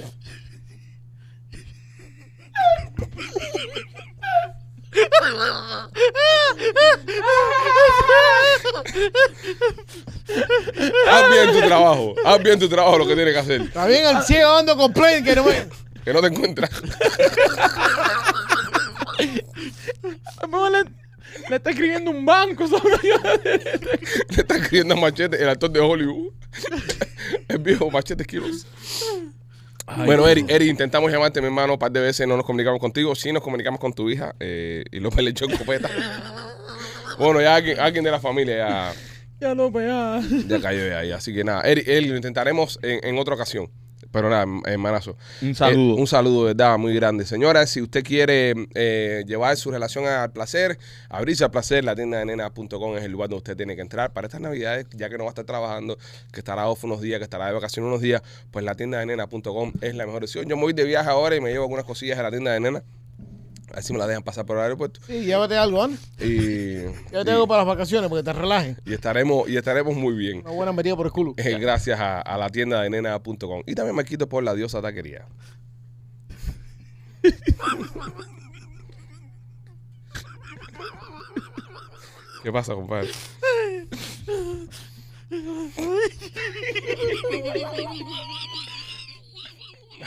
Haz bien tu trabajo. Haz bien tu trabajo lo que tienes que hacer.
Está bien el ciego dando complaint que no me.
Que no te encuentras.
No, le, le está escribiendo un banco. ¿sabes?
Te está escribiendo a Machete, el actor de Hollywood. el viejo Machete Quiroz. bueno, Eri, Eri, intentamos llamarte, mi hermano, un par de veces no nos comunicamos contigo. Sí nos comunicamos con tu hija eh, y López le echó en copeta. bueno, ya alguien, alguien de la familia ya,
ya no pegaba.
ya cayó de ahí. Así que nada, Eri, Eri, lo intentaremos en, en otra ocasión. Pero nada, hermanazo.
Un
Eh, un saludo, de verdad, muy grande. Señora, si usted quiere eh, llevar su relación al placer, abrirse al placer, la tienda de nena.com es el lugar donde usted tiene que entrar. Para estas navidades, ya que no va a estar trabajando, que estará off unos días, que estará de vacaciones unos días, pues la tienda de nena.com es la mejor opción. Yo me voy de viaje ahora y me llevo algunas cosillas de la tienda de nena. Así me la dejan pasar por el aeropuerto.
Sí, llévate algo, ¿no?
Y,
Yo te hago para las vacaciones porque te relajes.
y- y estaremos, y estaremos muy bien.
Una buena metida por el culo.
Eh, gracias a, a la tienda de nena.com. Y también me quito por la diosa taquería. ¿Qué pasa, compadre?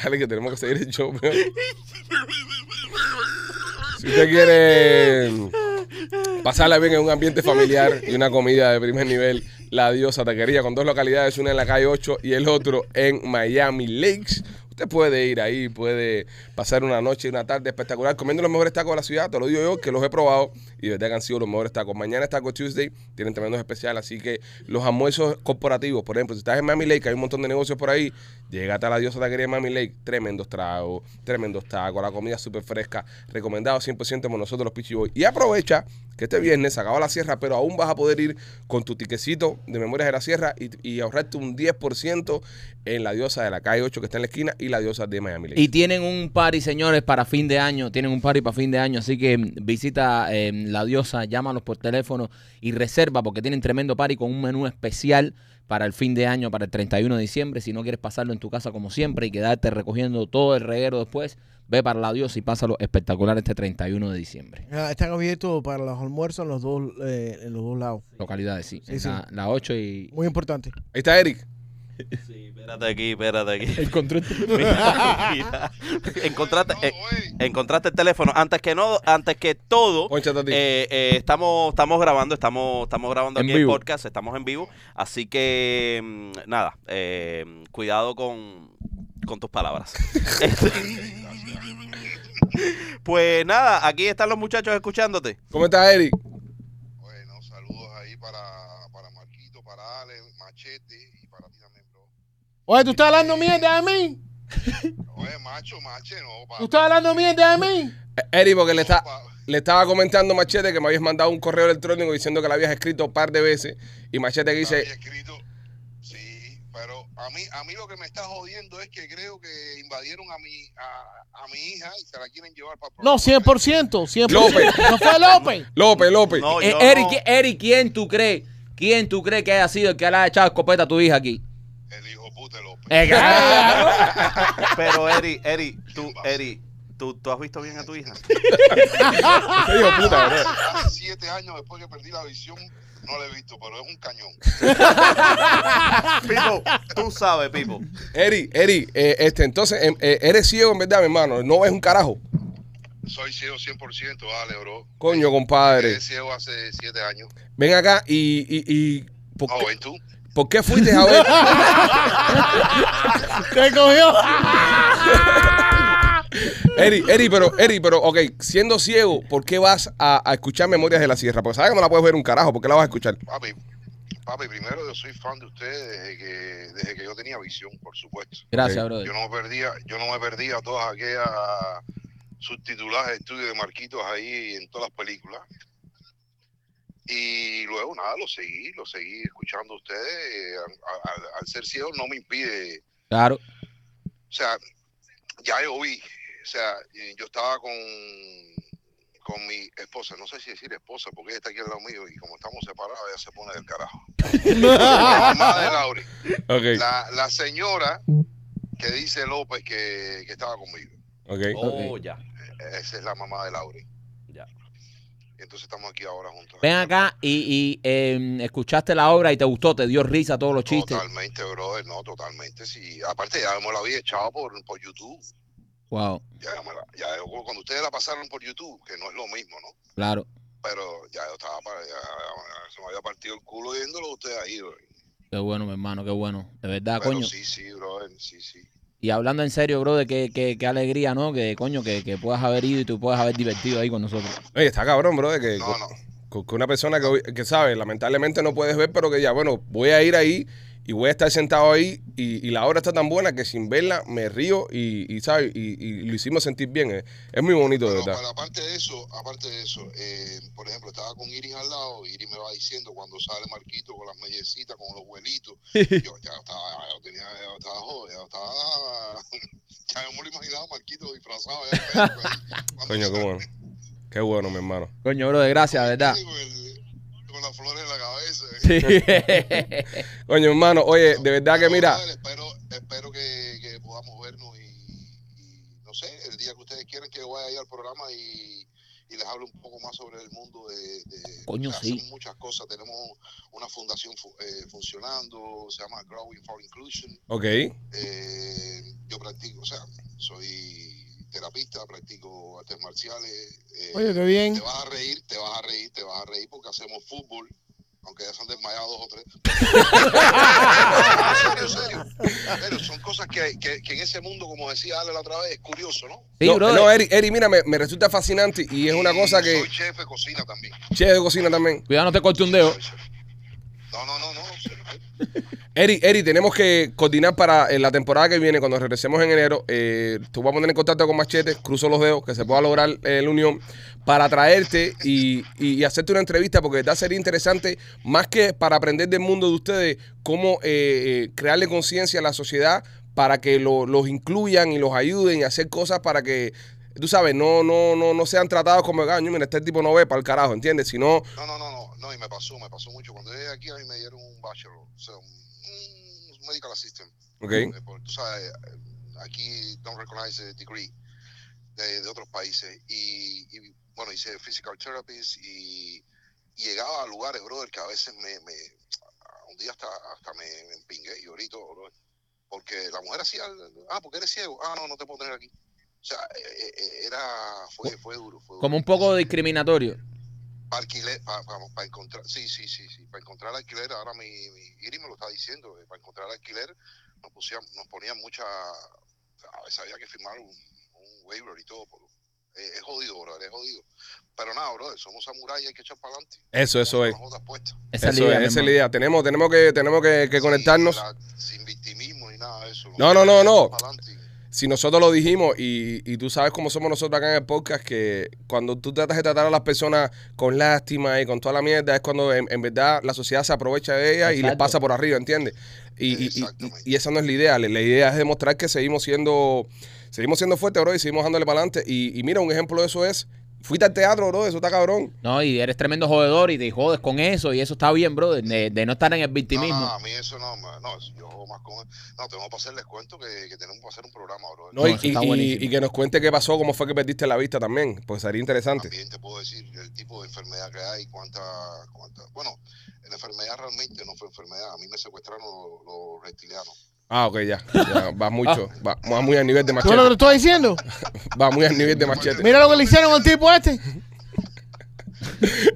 Dale que tenemos que seguir el show. pero- Si usted quiere pasarla bien en un ambiente familiar y una comida de primer nivel, la diosa taquería con dos localidades, una en la calle 8 y el otro en Miami Lakes. Usted puede ir ahí, puede pasar una noche y una tarde espectacular comiendo los mejores tacos de la ciudad. Te lo digo yo, que los he probado y de verdad que han sido los mejores tacos. Mañana es Taco Tuesday, tienen tremendos especiales. Así que los almuerzos corporativos, por ejemplo, si estás en Miami Lake, que hay un montón de negocios por ahí, llegate a la diosa taquería de Miami Lake. Tremendos tragos, tremendos tacos, la comida súper fresca. Recomendado 100% por nosotros los Pichi Boys. Y aprovecha que este viernes se acaba la sierra, pero aún vas a poder ir con tu tiquecito de Memorias de la Sierra y, y ahorrarte un 10% en la diosa de la calle 8 que está en la esquina y la diosa de Miami Lake.
Y tienen un party, señores, para fin de año. Tienen un party para fin de año. Así que mm, visita eh, la diosa, llámalos por teléfono y reserva porque tienen tremendo party con un menú especial para el fin de año, para el 31 de diciembre. Si no quieres pasarlo en tu casa como siempre y quedarte recogiendo todo el reguero después, ve para la diosa y pásalo espectacular este 31 de diciembre.
Ah, Están abiertos para los almuerzos en los dos, eh, en los dos lados.
Localidades, sí.
Sí, sí.
La, la 8 y...
Muy importante.
Ahí está Eric.
Sí, espérate aquí, espérate aquí.
El control.
Mira, mira. Encontraste,
No,
eh,
güey.
encontraste el teléfono. Antes que no, antes que todo,
Ponchate a ti.
eh, eh, estamos, estamos grabando, estamos, estamos grabando
En
aquí
vivo.
el podcast, estamos en vivo. Así que mm, nada, eh, cuidado con, con tus palabras. Este- pues nada, aquí están los muchachos escuchándote.
¿Cómo estás, Eric?
Bueno, saludos ahí para, para Marquito, para Ale, Machete y para ti también, bro.
Oye, ¿tú estás hablando mierda de mí?
Oye, macho, mache, no, pa.
¿Tú estás hablando mierda de mí?
Eh, Eric, porque le,
no,
está,
pa-
le estaba comentando a Machete que me habías mandado un correo electrónico diciendo que la habías escrito un par de veces. Y Machete que
había
dice,
escrito. Sí, pero a mí, a mí lo que me está jodiendo es que creo que invadieron a mi, a, a mi hija y se la quieren llevar para
No, 100%, 100%.
López.
No fue López.
López, López.
No,
Eh,
yo
Eric,
no-
¿qui- Eric, ¿quién tú crees? ¿Quién tú crees que haya sido el que le haya echado escopeta a tu hija aquí?
El hijo puta de López.
Eh,
Pero Eri, Eri, tú, Eri, tú, tú has visto bien a tu hija.
Qué hijo de puta, bro.
Hace siete años después que perdí la visión, no la he visto, pero es un cañón.
Pipo, tú sabes, Pipo.
Eri, Eri, eh, este, entonces, em, eh, eres ciego en verdad, mi hermano. No ves un carajo.
Soy ciego 100%, Ale, bro.
Coño, compadre.
Soy ciego hace siete años.
Ven acá y... y, y ¿por,
No,
qué,
ven tú.
por qué fuiste a ver?
Te cogió.
Eri, Eri, pero, Eri, pero, ok, siendo ciego, ¿por qué vas a, a escuchar Memorias de la Sierra? Porque sabes que no la puedes ver un carajo, ¿por qué la vas a escuchar?
Papi, papi, primero yo soy fan de ustedes desde que, desde que yo tenía visión, por supuesto.
Gracias,
Yo
brother.
no me perdía, yo no me perdía todas aquellas subtituladas de estudio de Marquitos ahí en todas las películas. Y luego nada, lo seguí, lo seguí escuchando a ustedes. Eh, al- al- al ser ciego no me impide
Claro.
o sea, ya yo vi, o sea, eh, yo estaba con, con mi esposa, no sé si decir esposa, porque ella está aquí al lado mío y como estamos separados, ella se pone del carajo. la mamá de Lauri,
Ok,
la, la señora que dice López que, que estaba conmigo,
ok.
Oh, ya.
esa es la mamá de Lauri.
Ya.
Entonces estamos aquí ahora juntos.
Ven acá y, y, eh, escuchaste la obra y te gustó, te dio risa todos los chistes.
Totalmente, brother, no, totalmente, sí. Aparte, ya me la había echado por, por YouTube.
Wow,
Ya, me la- ya, cuando ustedes la pasaron por YouTube, que no es lo mismo, ¿no?
claro.
pero ya yo estaba para, ya, ya se me había partido el culo yéndolo a usted ahí, bro.
Qué bueno, mi hermano, qué bueno. De verdad,
pero
coño.
sí, sí, brother, sí, sí.
Y hablando en serio, brother, qué, qué, qué alegría, ¿no? Que coño, que, que puedas haber ido y tú puedas haber divertido ahí con nosotros.
Oye, está cabrón, bro, de que,
No, no.
con- con una persona que, hoy- que sabe, lamentablemente no puedes ver, pero que ya, bueno, voy a ir ahí y voy a estar sentado ahí y, y la obra está tan buena que sin verla me río y, y ¿sabes? Y, y lo hicimos sentir bien. eh. Es muy bonito, de
Pero,
verdad.
pero aparte de eso, aparte de eso, eh, por ejemplo, estaba con Iris al lado, Iris me va diciendo cuando sale Marquito con las mellecitas, con los huelitos, yo ya estaba, ya lo tenía, ya lo estaba, jo- ya lo estaba, ya yo me lo imaginaba a Marquito disfrazado. Ya, cuando
Coño, qué
sale
bueno. Qué bueno, mi hermano.
Coño, brother, gracias, de verdad.
Con, el- con las flores en la cabeza.
Sí.
Coño, hermano, oye, de verdad que
Pero,
mira,
brother, Espero, espero que, que podamos vernos y, y no sé, el día que ustedes quieran que yo vaya ahí al programa y, y les hable un poco más sobre el mundo de... de-
Coño, sí.
Hacemos muchas cosas, tenemos una fundación fu- eh, funcionando, se llama Growing for Inclusion.
ok,
Eh, yo practico, o sea, soy terapista, practico artes marciales. eh,
Oye, qué bien.
te vas a reír, te vas a reír, te vas a reír porque hacemos fútbol, aunque ya se han desmayado dos o tres. en serio, en serio. Pero son cosas que, que, que en ese mundo, como decía Ale la otra vez, es curioso, ¿no?
Sí,
no,
brother.
no, eh. Eri, Eri, mira, me, me resulta fascinante y es una
Y
cosa que
Soy chef de cocina también.
che de cocina también.
Cuidado, no te corte un dedo.
Soy chef. No, no, no, no.
Eri, Eri, tenemos que coordinar para eh, la temporada que viene, cuando regresemos en enero, eh, tú vas a poner en contacto con Machete, cruzo los dedos, que se pueda lograr eh, la unión, para traerte y, y- y hacerte una entrevista, porque de verdad sería interesante, más que para aprender del mundo de ustedes, cómo eh, eh, crearle conciencia a la sociedad para que lo- los incluyan y los ayuden y hacer cosas para que... Tú sabes, no, no, no, no sean tratados como, "Ah, mira, este tipo no ve para el carajo, ¿entiendes? Sino,
No, no, no, no, no, y me pasó, me pasó mucho. Cuando llegué aquí a mí me dieron un bachelor, o sea, un, un medical assistant.
ok,
Eh, porque tú sabes, eh, aquí don't recognize the degree de, de otros países. Y, y, bueno, hice physical therapist y, y llegaba a lugares, brother, que a veces me, me- un día hasta, hasta me, me empingué y ahorita, bro, porque la mujer hacía, ah, porque eres ciego, ah, no, no te puedo tener aquí. O sea, eh, eh, era, fue, fue duro, fue duro.
Oh. Como un poco discriminatorio.
Para alquiler, para encontrar, sí, sí, sí, sí, para encontrar alquiler, ahora mi, mi Iri me lo está diciendo, eh, para encontrar alquiler nos, pusían, nos ponían mucha, a veces había que firmar un, un waiver y todo, por- eh, es jodido, brother, es jodido. Pero nada, brother, somos samuráis, hay que echar para adelante.
Eso, eso es.
Las botas puestas.
Esa es
Eso
la idea,
es, esa
mi
es la
hermano.
idea. Tenemos, tenemos que, tenemos que, que
Sí,
conectarnos.
la- sin victimismo ni nada de eso.
No, no, no, no.
Pa'lante.
Si nosotros lo dijimos y, y tú sabes cómo somos nosotros acá en el podcast, que cuando tú tratas de tratar a las personas con lástima y con toda la mierda, es cuando en, en verdad la sociedad se aprovecha de ella y
Exacto.
les pasa por arriba, ¿entiendes? Y, y- y-
Exactamente.
y esa no es la idea. La, la idea es demostrar que seguimos siendo seguimos siendo fuertes, bro, y seguimos dándole para adelante. Y, y mira, un ejemplo de eso es, fuiste al teatro, bro, eso está cabrón.
No, y eres tremendo jodedor y te jodes con eso y eso está bien, brother, de, de no estar en el
No,
victimismo.
no,
Ah,
a mí eso no, ma- no, eso yo hago más con... No, tenemos que hacerles cuento que, que tenemos que hacer un programa, bro.
¿no?
No,
y,
eso está
y- y-
buenísimo.
y que nos cuente qué pasó, cómo fue que perdiste la vista también, pues sería interesante.
También te puedo decir el tipo de enfermedad que hay, cuánta... cuánta bueno, la enfermedad realmente no fue enfermedad. A mí me secuestraron los, los reptilianos.
Ah, ok, ya. ya vas mucho, va, vas muy al nivel de
¿Tú ves lo que te
machete.
estoy diciendo?
Vas muy al nivel de machete.
Mira lo que le hicieron al tipo este.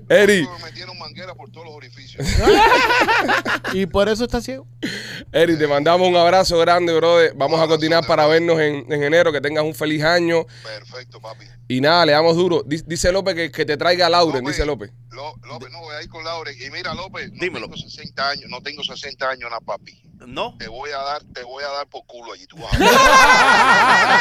Eri,
Me metieron manguera por todos los orificios.
Y por eso está ciego.
Eri, te mandamos un abrazo grande, brother. Vamos a continuar para vernos en, en enero. Que tengas un feliz año.
Perfecto, papi.
Y nada, le damos duro. Di- Dice López que, que te traiga a Lauren,
López,
dice López.
Lo- López, no, voy a ir con Lauren. Y mira, López, no
Dímelo.
tengo 60 años, no tengo 60 años, na, papi.
No,
Te voy a dar, te voy a dar por culo allí, tú vas a ver.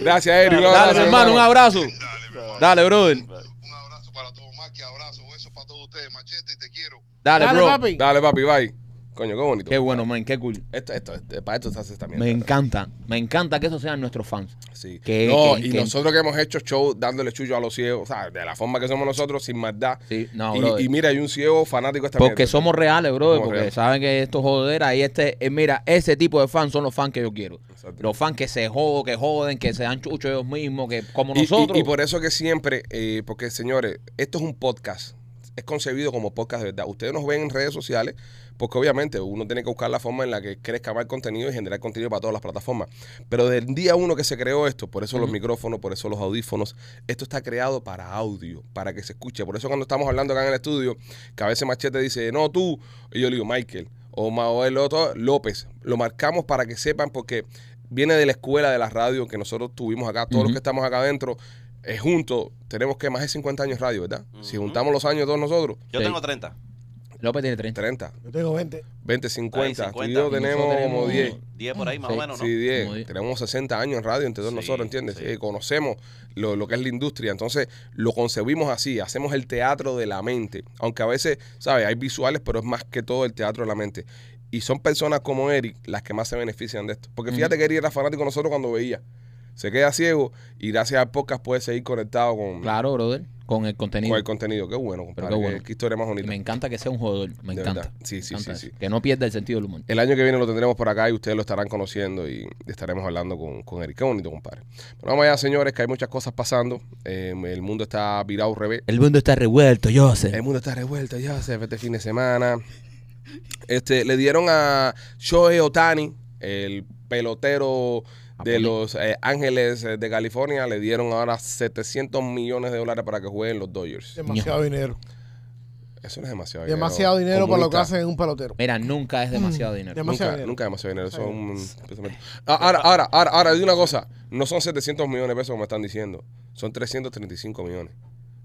Gracias, Eri. Un
Dale,
abrazo,
hermano, un abrazo.
Dale, mi hermano.
Dale, brother.
Un abrazo para todos, Maki, abrazo, besos para todos ustedes, machete, te quiero.
Dale,
Dale,
bro.
papi.
Dale, papi, bye. Coño, qué bonito.
Qué bueno, man, qué cool.
Esto, esto, esto- para esto se hace esta mierda.
Me encanta, me encanta que esos sean nuestros fans.
Sí.
Que-
no,
que-
y
que-
nosotros que hemos hecho show dándole chullo a los ciegos, o sea, de la forma que somos nosotros, sin maldad.
Sí, no,
Y-
brother.
y, mira, hay un ciego fanático de esta
Porque
mierda.
somos reales, brother.
Somos
porque
reales.
saben que esto es joder, ahí este, eh, mira, ese tipo de fans son los fans que yo quiero.
Exacto.
Los fans que se joden, que joden, que se dan chucho ellos mismos, que como
Y- y-
nosotros.
Y, por eso que siempre, eh, porque señores, esto es un podcast. Es concebido como podcast de verdad. Ustedes nos ven en redes sociales, porque obviamente uno tiene que buscar la forma en la que crezca más el contenido y generar contenido para todas las plataformas. Pero desde el día uno que se creó esto, por eso los micrófonos, por eso los audífonos, esto está creado para audio, para que se escuche. Por eso cuando estamos hablando acá en el estudio, que a veces Machete dice, no tú, y yo le digo, Michael, o Ma- o el otro, López. Lo marcamos para que sepan, porque viene de la escuela de la radio que nosotros tuvimos acá, todos los
Ujú.
que estamos acá adentro, eh, juntos, tenemos que más de 50 años radio, ¿verdad? Si
Ujú.
juntamos los años todos nosotros,
yo
Sí.
tengo 30.
López tiene 30.
30,
Yo tengo 20.
20, 50. Tú y
50.
yo
Y
tenemos
nosotros
como
tenemos
10.
10 por ahí más
Sí,
o menos, ¿no?
Sí, 10.
Como diez.
Tenemos 60 años en radio entre todos
Sí,
nosotros, ¿entiendes?
sí.
Eh, conocemos lo, lo que es la industria, entonces lo concebimos así, hacemos el teatro de la mente, aunque a veces, ¿sabes? Hay visuales, pero es más que todo el teatro de la mente. Y son personas como Eric las que más se benefician de esto.
Mm.
Porque fíjate que Eric era fanático de nosotros cuando veía. Se queda ciego y gracias a podcast puede seguir conectado con,
Claro, brother, con el contenido.
con el contenido. Qué bueno, compadre.
qué
qué-
bueno.
Qué, historia más
Y
bonita.
me encanta que sea un jugador, me
De
encanta.
verdad. Sí,
me
sí,
encanta
sí,
eso.
sí.
Que no pierda el sentido del humor.
El año que viene lo tendremos por acá y ustedes lo estarán conociendo y estaremos hablando con, con Eric. Qué bonito, compadre. Bueno, vamos allá, señores, que hay muchas cosas pasando. Eh, el mundo está virado al revés.
El mundo está revuelto, yo sé.
El mundo está revuelto, ya se este fin de semana. Este, le dieron a Shohei Otani, el pelotero de
Japonés.
los eh, Ángeles eh, de California, le dieron ahora 700 millones de dólares para que jueguen los Dodgers.
Demasiado dinero.
Eso no es demasiado dinero.
Demasiado dinero para lo que
Comunista.
hacen en un pelotero.
Mira, nunca es demasiado dinero.
Demasiado
Nunca,
dinero.
nunca demasiado dinero. Eso es un pensamiento. Ah, Ahora, ahora, ahora, ahora, di una cosa. No son 700 millones de pesos como están diciendo. Son 335 millones.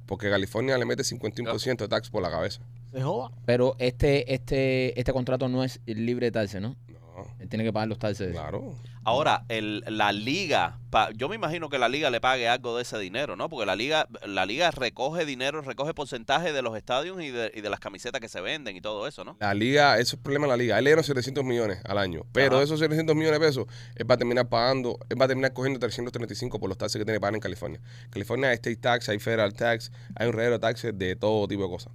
Porque California le mete 51% de tax por la cabeza.
Se joda.
Pero este, este, este contrato no es libre de taxes, ¿no?
No,
Él tiene que pagar los taxes.
claro.
Ahora, el, la liga, pa- yo me imagino que la liga le pague algo de ese dinero, ¿no? Porque la liga, la liga recoge dinero, recoge porcentaje de los estadios y de, y de las camisetas que se venden y todo eso, ¿no?
La liga, eso es problema de la liga. Él le dieron 700 millones al año. Pero
Ajá.
de esos 700 millones de pesos, él va a terminar pagando, él va a terminar cogiendo 335 por los taxes que tiene que pagar en California. California hay state tax, hay federal tax, hay un reguero de taxes de todo tipo de cosas.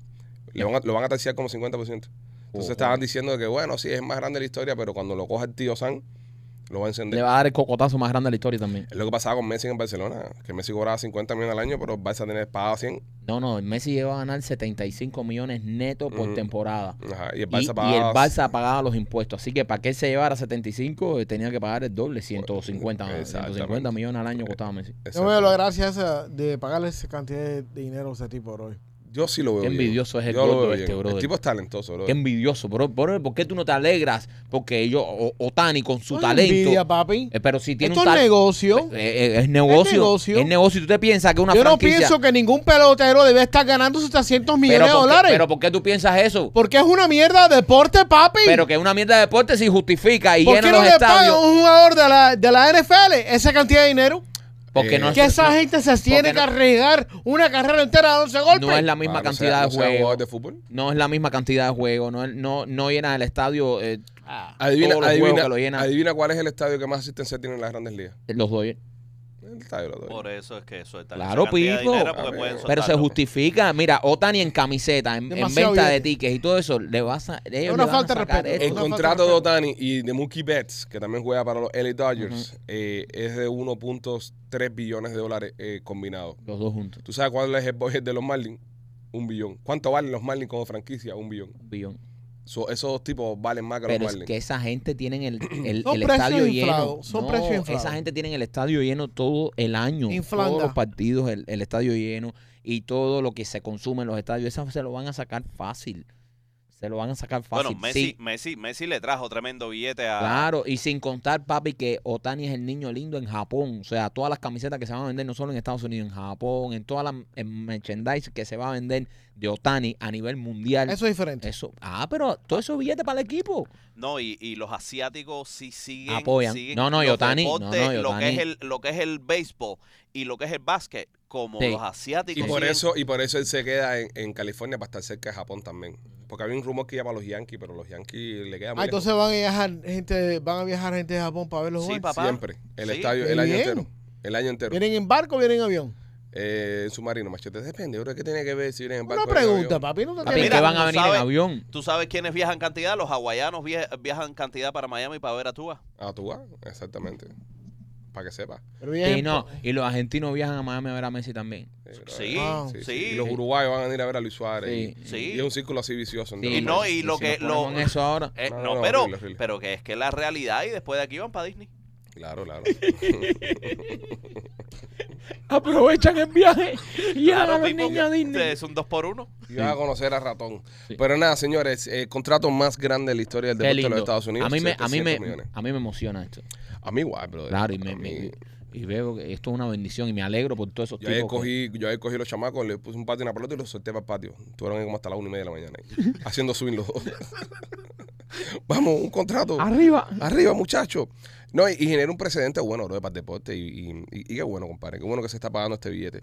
Le van a- lo van a taxear como 50%. Entonces
Ojo.
estaban diciendo que, bueno, sí, es el más grande de la historia, pero cuando lo coja el tío San, Lo va a encender.
Le va a dar el cocotazo más grande de la historia también.
Es lo que pasaba con Messi en Barcelona, que Messi cobraba 50 millones al año, pero el Barça tenía pagado 100.
No, no, el Messi llegó a ganar 75 millones netos por
Ujú.
temporada.
Ajá, y el
Y, y
Barça
el
pagaba
Barça pagaba los impuestos. Así que para que él se llevara 75, eh, tenía que pagar el doble, 150,
Exactamente.
150 millones al año costaba Messi.
Yo veo la gracia esa de pagarle esa cantidad de dinero a ese tipo, bro.
Yo sí lo veo.
Qué
bien.
envidioso es el
Yo lo
gordo
veo
este,
bien.
brother.
El tipo es talentoso, bro.
Qué envidioso, bro. Bro, ¿Por qué tú no te alegras? Porque yo, o- Otani con su
Ay,
talento.
envidia, papi.
eh, pero si tiene
Esto
un
es
tal-
negocio.
Eh, eh, es negocio. Es
Es
negocio.
negocio.
¿Tú te piensas que una
Yo no
franquicia...
pienso que ningún pelotero debe estar ganando sus 300 millones de
¿por qué-
dólares. Pues
pero ¿por qué tú piensas eso?
porque es una mierda de deporte, papi.
Pero que una mierda de deporte si justifica y
¿Por
llena
qué no
los
le pagan a
estadios.
un jugador de la, de la NFL esa cantidad de dinero?
Porque
Eh,
no,
Que
es,
esa gente se tiene
no-
que arriesgar una carrera entera a 11
no-
golpes.
no es la misma
Ah, no sea-
cantidad
no
de
sea
juegos.
jugador de fútbol.
No es la misma cantidad de juegos. No, es- no, no llena el estadio eh,
Ah. Adivina,
todos los juegos
adivina,
que lo llenan
adivina cuál es el estadio que más asistencia tiene en las grandes ligas.
los Dodgers.
El estadio de los Dodgers.
Por eso es que eso está
Claro, pico.
pues,
Pero se justifica. Mira, Otani en camiseta, en, en
Demasiado
venta de
bien.
tickets y todo eso, le vas a. ellos
una
le van a
falta de
sacar
respeto.
El
esto.
Una falta
contrato
de
de
respeto.
Otani y de Mookie Betts, que también juega para los LA Dodgers, eh, es de 1.3 billones de dólares eh, combinados.
Los dos juntos.
¿Tú sabes cuál es el budget de los Marlins? Un billón. ¿Cuánto valen los Marlins como franquicia? Un billón.
Un billón.
So- esos tipos valen más que
Pero
los
es
Marlins.
que esa gente tienen el, el,
Son
el
precios
estadio
inflados,
lleno.
son
No,
precios inflados.
Esa gente tienen el estadio lleno todo el año.
Inflanda.
Todos los partidos, el, el estadio lleno y todo lo que se consume en los estadios. Esa se lo van a sacar fácil. Se lo van a sacar fácil.
Bueno, Messi,
Sí,
Messi, Messi le trajo tremendo billete a.
Claro, y sin contar, papi, que Otani es el niño lindo en Japón. O sea, todas las camisetas que se van a vender, no solo en Estados Unidos, en Japón, en todas las en merchandise que se va a vender de Otani a nivel mundial.
Eso es diferente.
Eso- ah, pero todo eso billete para el equipo.
No, y, y los asiáticos sí siguen.
Apoyan.
siguen
No, no,
los
y Ohtani, no,
deportes,
no, y
Lo que,
Ohtani.
es el, lo que es el béisbol y lo que es el básquet, como
Sí.
los asiáticos.
Y por,
siguen-
eso, y por eso él se queda en, en California para estar cerca de Japón también. Porque había un rumor que iba para los Yankees, pero los Yankees le queda
Ah,
muy lejos.
entonces van a viajar gente, van a viajar gente de Japón para ver los
Sí,
juegos.
papá.
Siempre. El
Sí.
estadio,
Qué
el año
bien.
entero. El año entero.
¿Vienen en barco o vienen en avión?
Eh, en submarino, machete. Depende. Yo creo que tiene que ver si vienen en barco.
Una
o en avión.
pregunta, papi. No te
Papi,
mira,
que
tienes-
van a
tú
venir en
sabes-
avión.
¿Tú sabes quiénes viajan cantidad? Los hawaianos vie- viajan cantidad para Miami para ver a Tua.
Ah, tú vas. Exactamente. Para que sepa.
Pero
Y,
vienen-
no, y los argentinos viajan a Miami a ver a Messi también.
Eh,
Sí,
Ah.
Wow.
sí, sí.
sí.
Y los uruguayos van a ir a ver a Luis Suárez.
Sí.
Y,
Sí.
y es un círculo así vicioso.
Sí,
Y no, y lo
si
que-
nos
lo-
ponemos en eso ahora.
Eh,
No,
no,
no,
pero,
horrible, horrible.
pero que es que la realidad y después de aquí van para Disney.
Claro, claro.
Aprovechan el viaje y
Claro, tipo, Es un dos por uno.
Y vas a conocer a Ratón.
Sí.
Pero nada, señores, el contrato más grande de la historia del
Qué
deporte de
lindo.
los Estados Unidos.
a mí me, a mí
700
me,
millones.
a mí me emociona esto.
A mí igual, brother.
Claro, y, me-
A mí-
me- y veo que esto es una bendición y me alegro por todos esos
Yo ayer,
tipos. que-
cogí, yo ayer cogí los chamacos, le puse un patio y una pelota y los solté para el patio. Estuvieron ahí como hasta las una y media de la mañana. ahí, haciendo swing los dos. Vamos, un contrato.
Arriba.
Arriba, muchachos. No, y, y genera un precedente bueno, bro, para el deporte. Y, y- y- y qué bueno, compadre. Qué bueno que se está pagando este billete.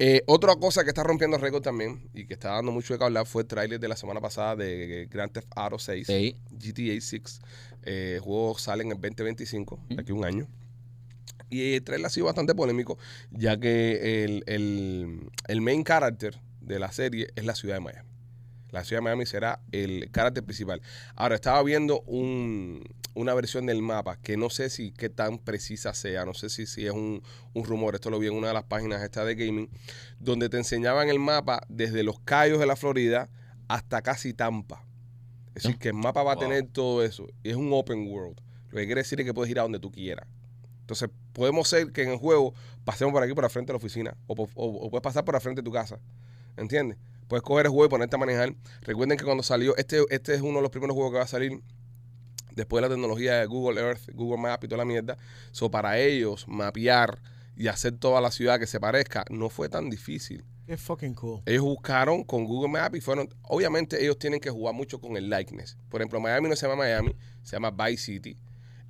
Eh, otra cosa que está rompiendo récord también y que está dando mucho de qué hablar fue el tráiler de la semana pasada de Grand Theft Auto 6,
Sí.
GTA 6. Eh, el juego sale en el 2025, de aquí a un año. Y el trailer ha sido bastante polémico, ya que el, el- el main character de la serie es la ciudad de Miami. La ciudad de Miami será el carácter principal. Ahora, estaba viendo un- una versión del mapa que no sé si qué tan precisa sea, no sé si, si es un, un rumor, esto lo vi en una de las páginas esta de gaming, donde te enseñaban el mapa desde los Cayos de la Florida hasta casi Tampa. Es decir, que el mapa va a
Wow.
tener todo eso. Y es un open world. Lo que quiere decir es que puedes ir a donde tú quieras. Entonces, podemos ser que en el juego pasemos por aquí, por la frente de la oficina, o, por- o- o puedes pasar por la frente de tu casa. ¿Entiendes? Puedes coger el juego y ponerte a manejar. Recuerden que cuando salió, este, este es uno de los primeros juegos que va a salir después de la tecnología de Google Earth, Google Maps y toda la mierda. So, para ellos, mapear y hacer toda la ciudad que se parezca no fue tan difícil.
Qué fucking cool.
Ellos buscaron con Google Maps y fueron. Obviamente, ellos tienen que jugar mucho con el likeness. Por ejemplo, Miami no se llama Miami, se llama Vice City,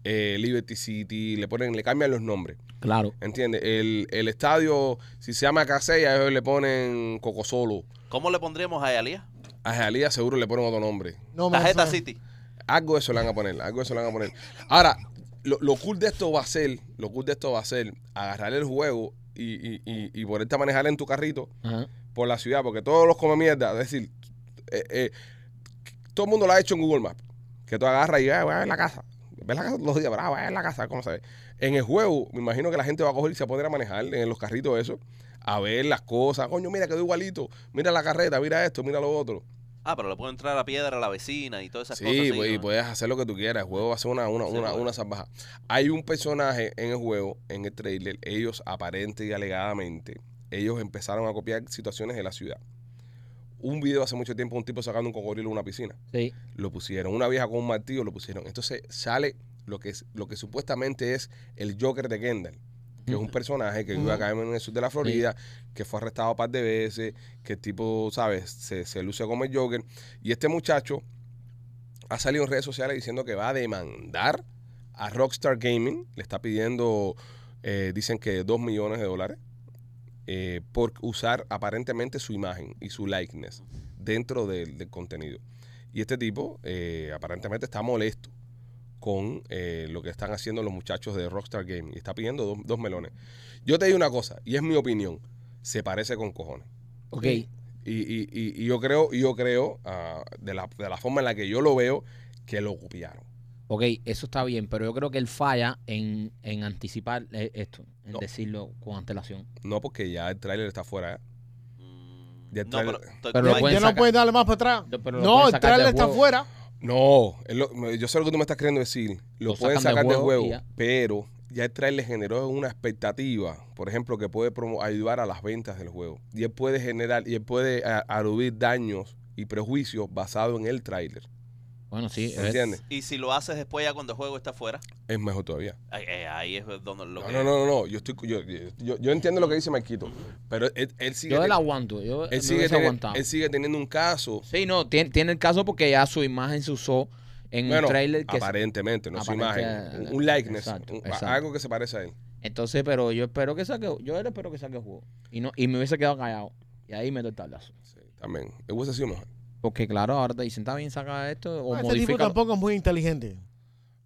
eh, Liberty City, le ponen, le cambian los nombres.
Claro.
¿Entiendes? El, el estadio, si se llama Casella, ellos le ponen Cocosolo.
¿Cómo le pondríamos a Yalía?
A Jalía seguro le ponen otro nombre.
No me
Tarjeta
suena.
City.
Algo de eso le van a poner, algo de eso le van a poner. Ahora, lo, lo cool de esto va a ser, lo cool de esto va a ser agarrar el juego y, y, y, y ponerte a manejar en tu carrito
Ajá.
por la ciudad, porque todos los come mierda. Es decir, eh, eh, todo el mundo lo ha hecho en Google Maps. Que tú agarras y vas a la casa. Ves la casa todos los días, bravo, es la casa, ¿cómo se ve? En el juego, me imagino que la gente va a coger y se va a poner a manejar en los carritos eso, a ver las cosas. Coño, mira, quedó igualito. Mira la carreta, mira esto, mira lo otro.
Ah, pero le puedo entrar a la piedra a la vecina y todas esas
Sí,
cosas. así,
pues, y
¿no?
puedes hacer lo que tú quieras. El juego va a ser una, una,
Sí,
una,
bueno.
una salvaja. Hay un personaje en el juego, en el trailer, ellos aparente y alegadamente, ellos empezaron a copiar situaciones de la ciudad. Un video hace mucho tiempo, un tipo sacando un cocodrilo de una piscina.
Sí.
Lo pusieron. Una vieja con un martillo lo pusieron. Entonces sale lo que, es, lo que supuestamente es el Joker de Kendall. Que es un personaje que vive acá en el sur de la Florida, que fue arrestado un par de veces, que el tipo, ¿sabes? Se, se luce como el Joker. Y este muchacho ha salido en redes sociales diciendo que va a demandar a Rockstar Gaming. Le está pidiendo, eh, dicen que 2 millones de dólares eh, por usar aparentemente su imagen y su likeness dentro del, del contenido. Y este tipo eh, aparentemente está molesto con eh, lo que están haciendo los muchachos de Rockstar Gaming. Y está pidiendo dos, dos melones. Yo te digo una cosa, y es mi opinión, se parece con cojones.
Ok.
Y, y- y- y yo creo, y yo creo ah, de, la, de la forma en la que yo lo veo, que lo copiaron.
Ok, eso está bien, pero yo creo que él falla en, en anticipar eh, esto, en
No.
decirlo con antelación.
No porque ya el tráiler está fuera. ¿eh?
Mm,
Ya
no,
trae-
pero, estoy-
Pero lo
hay-
pueden
Ya
sacar-
no puedes darle más para atrás.
No, pero lo
No,
pueden
el
sacar
trailer
del
está
juego.
afuera.
No, es lo- yo sé lo que tú me estás queriendo decir. Lo,
Lo
pueden
sacan
sacar
del
de
juego y
juego,
ya.
pero ya el trailer generó una expectativa, por ejemplo, que puede promo- ayudar a las ventas del juego. Y él puede generar, y él puede a- aludir daños y prejuicios basado en el tráiler.
Bueno, sí, es-
¿Entiendes?
y si lo haces después ya cuando el juego está fuera,
Es mejor todavía.
ahí, eh, ahí es donde lo
No,
que-
no, no, no, no, Yo, estoy, yo, yo, yo entiendo lo que dice Marquito, pero él, él sigue,
yo
ten-
él aguanto, yo me
él, sigue
hubiese
teniendo,
aguantado.
él sigue teniendo un caso.
Sí, no, tiene, tiene el caso porque ya su imagen se usó en
Bueno,
un trailer que...
aparentemente, no su
aparente-
imagen. Un, un likeness,
Exacto,
un- a-
exacto.
algo que se parece a él.
Entonces, pero yo espero que saque, yo él espero que saque el juego. Y, no, y me hubiese quedado callado. Y ahí meto el tablazo.
Sí, también. Él hubiese sido mejor.
Porque claro, ahora te dicen, está bien, saca esto o
Ah, Este tipo
modifica.
tampoco es muy inteligente.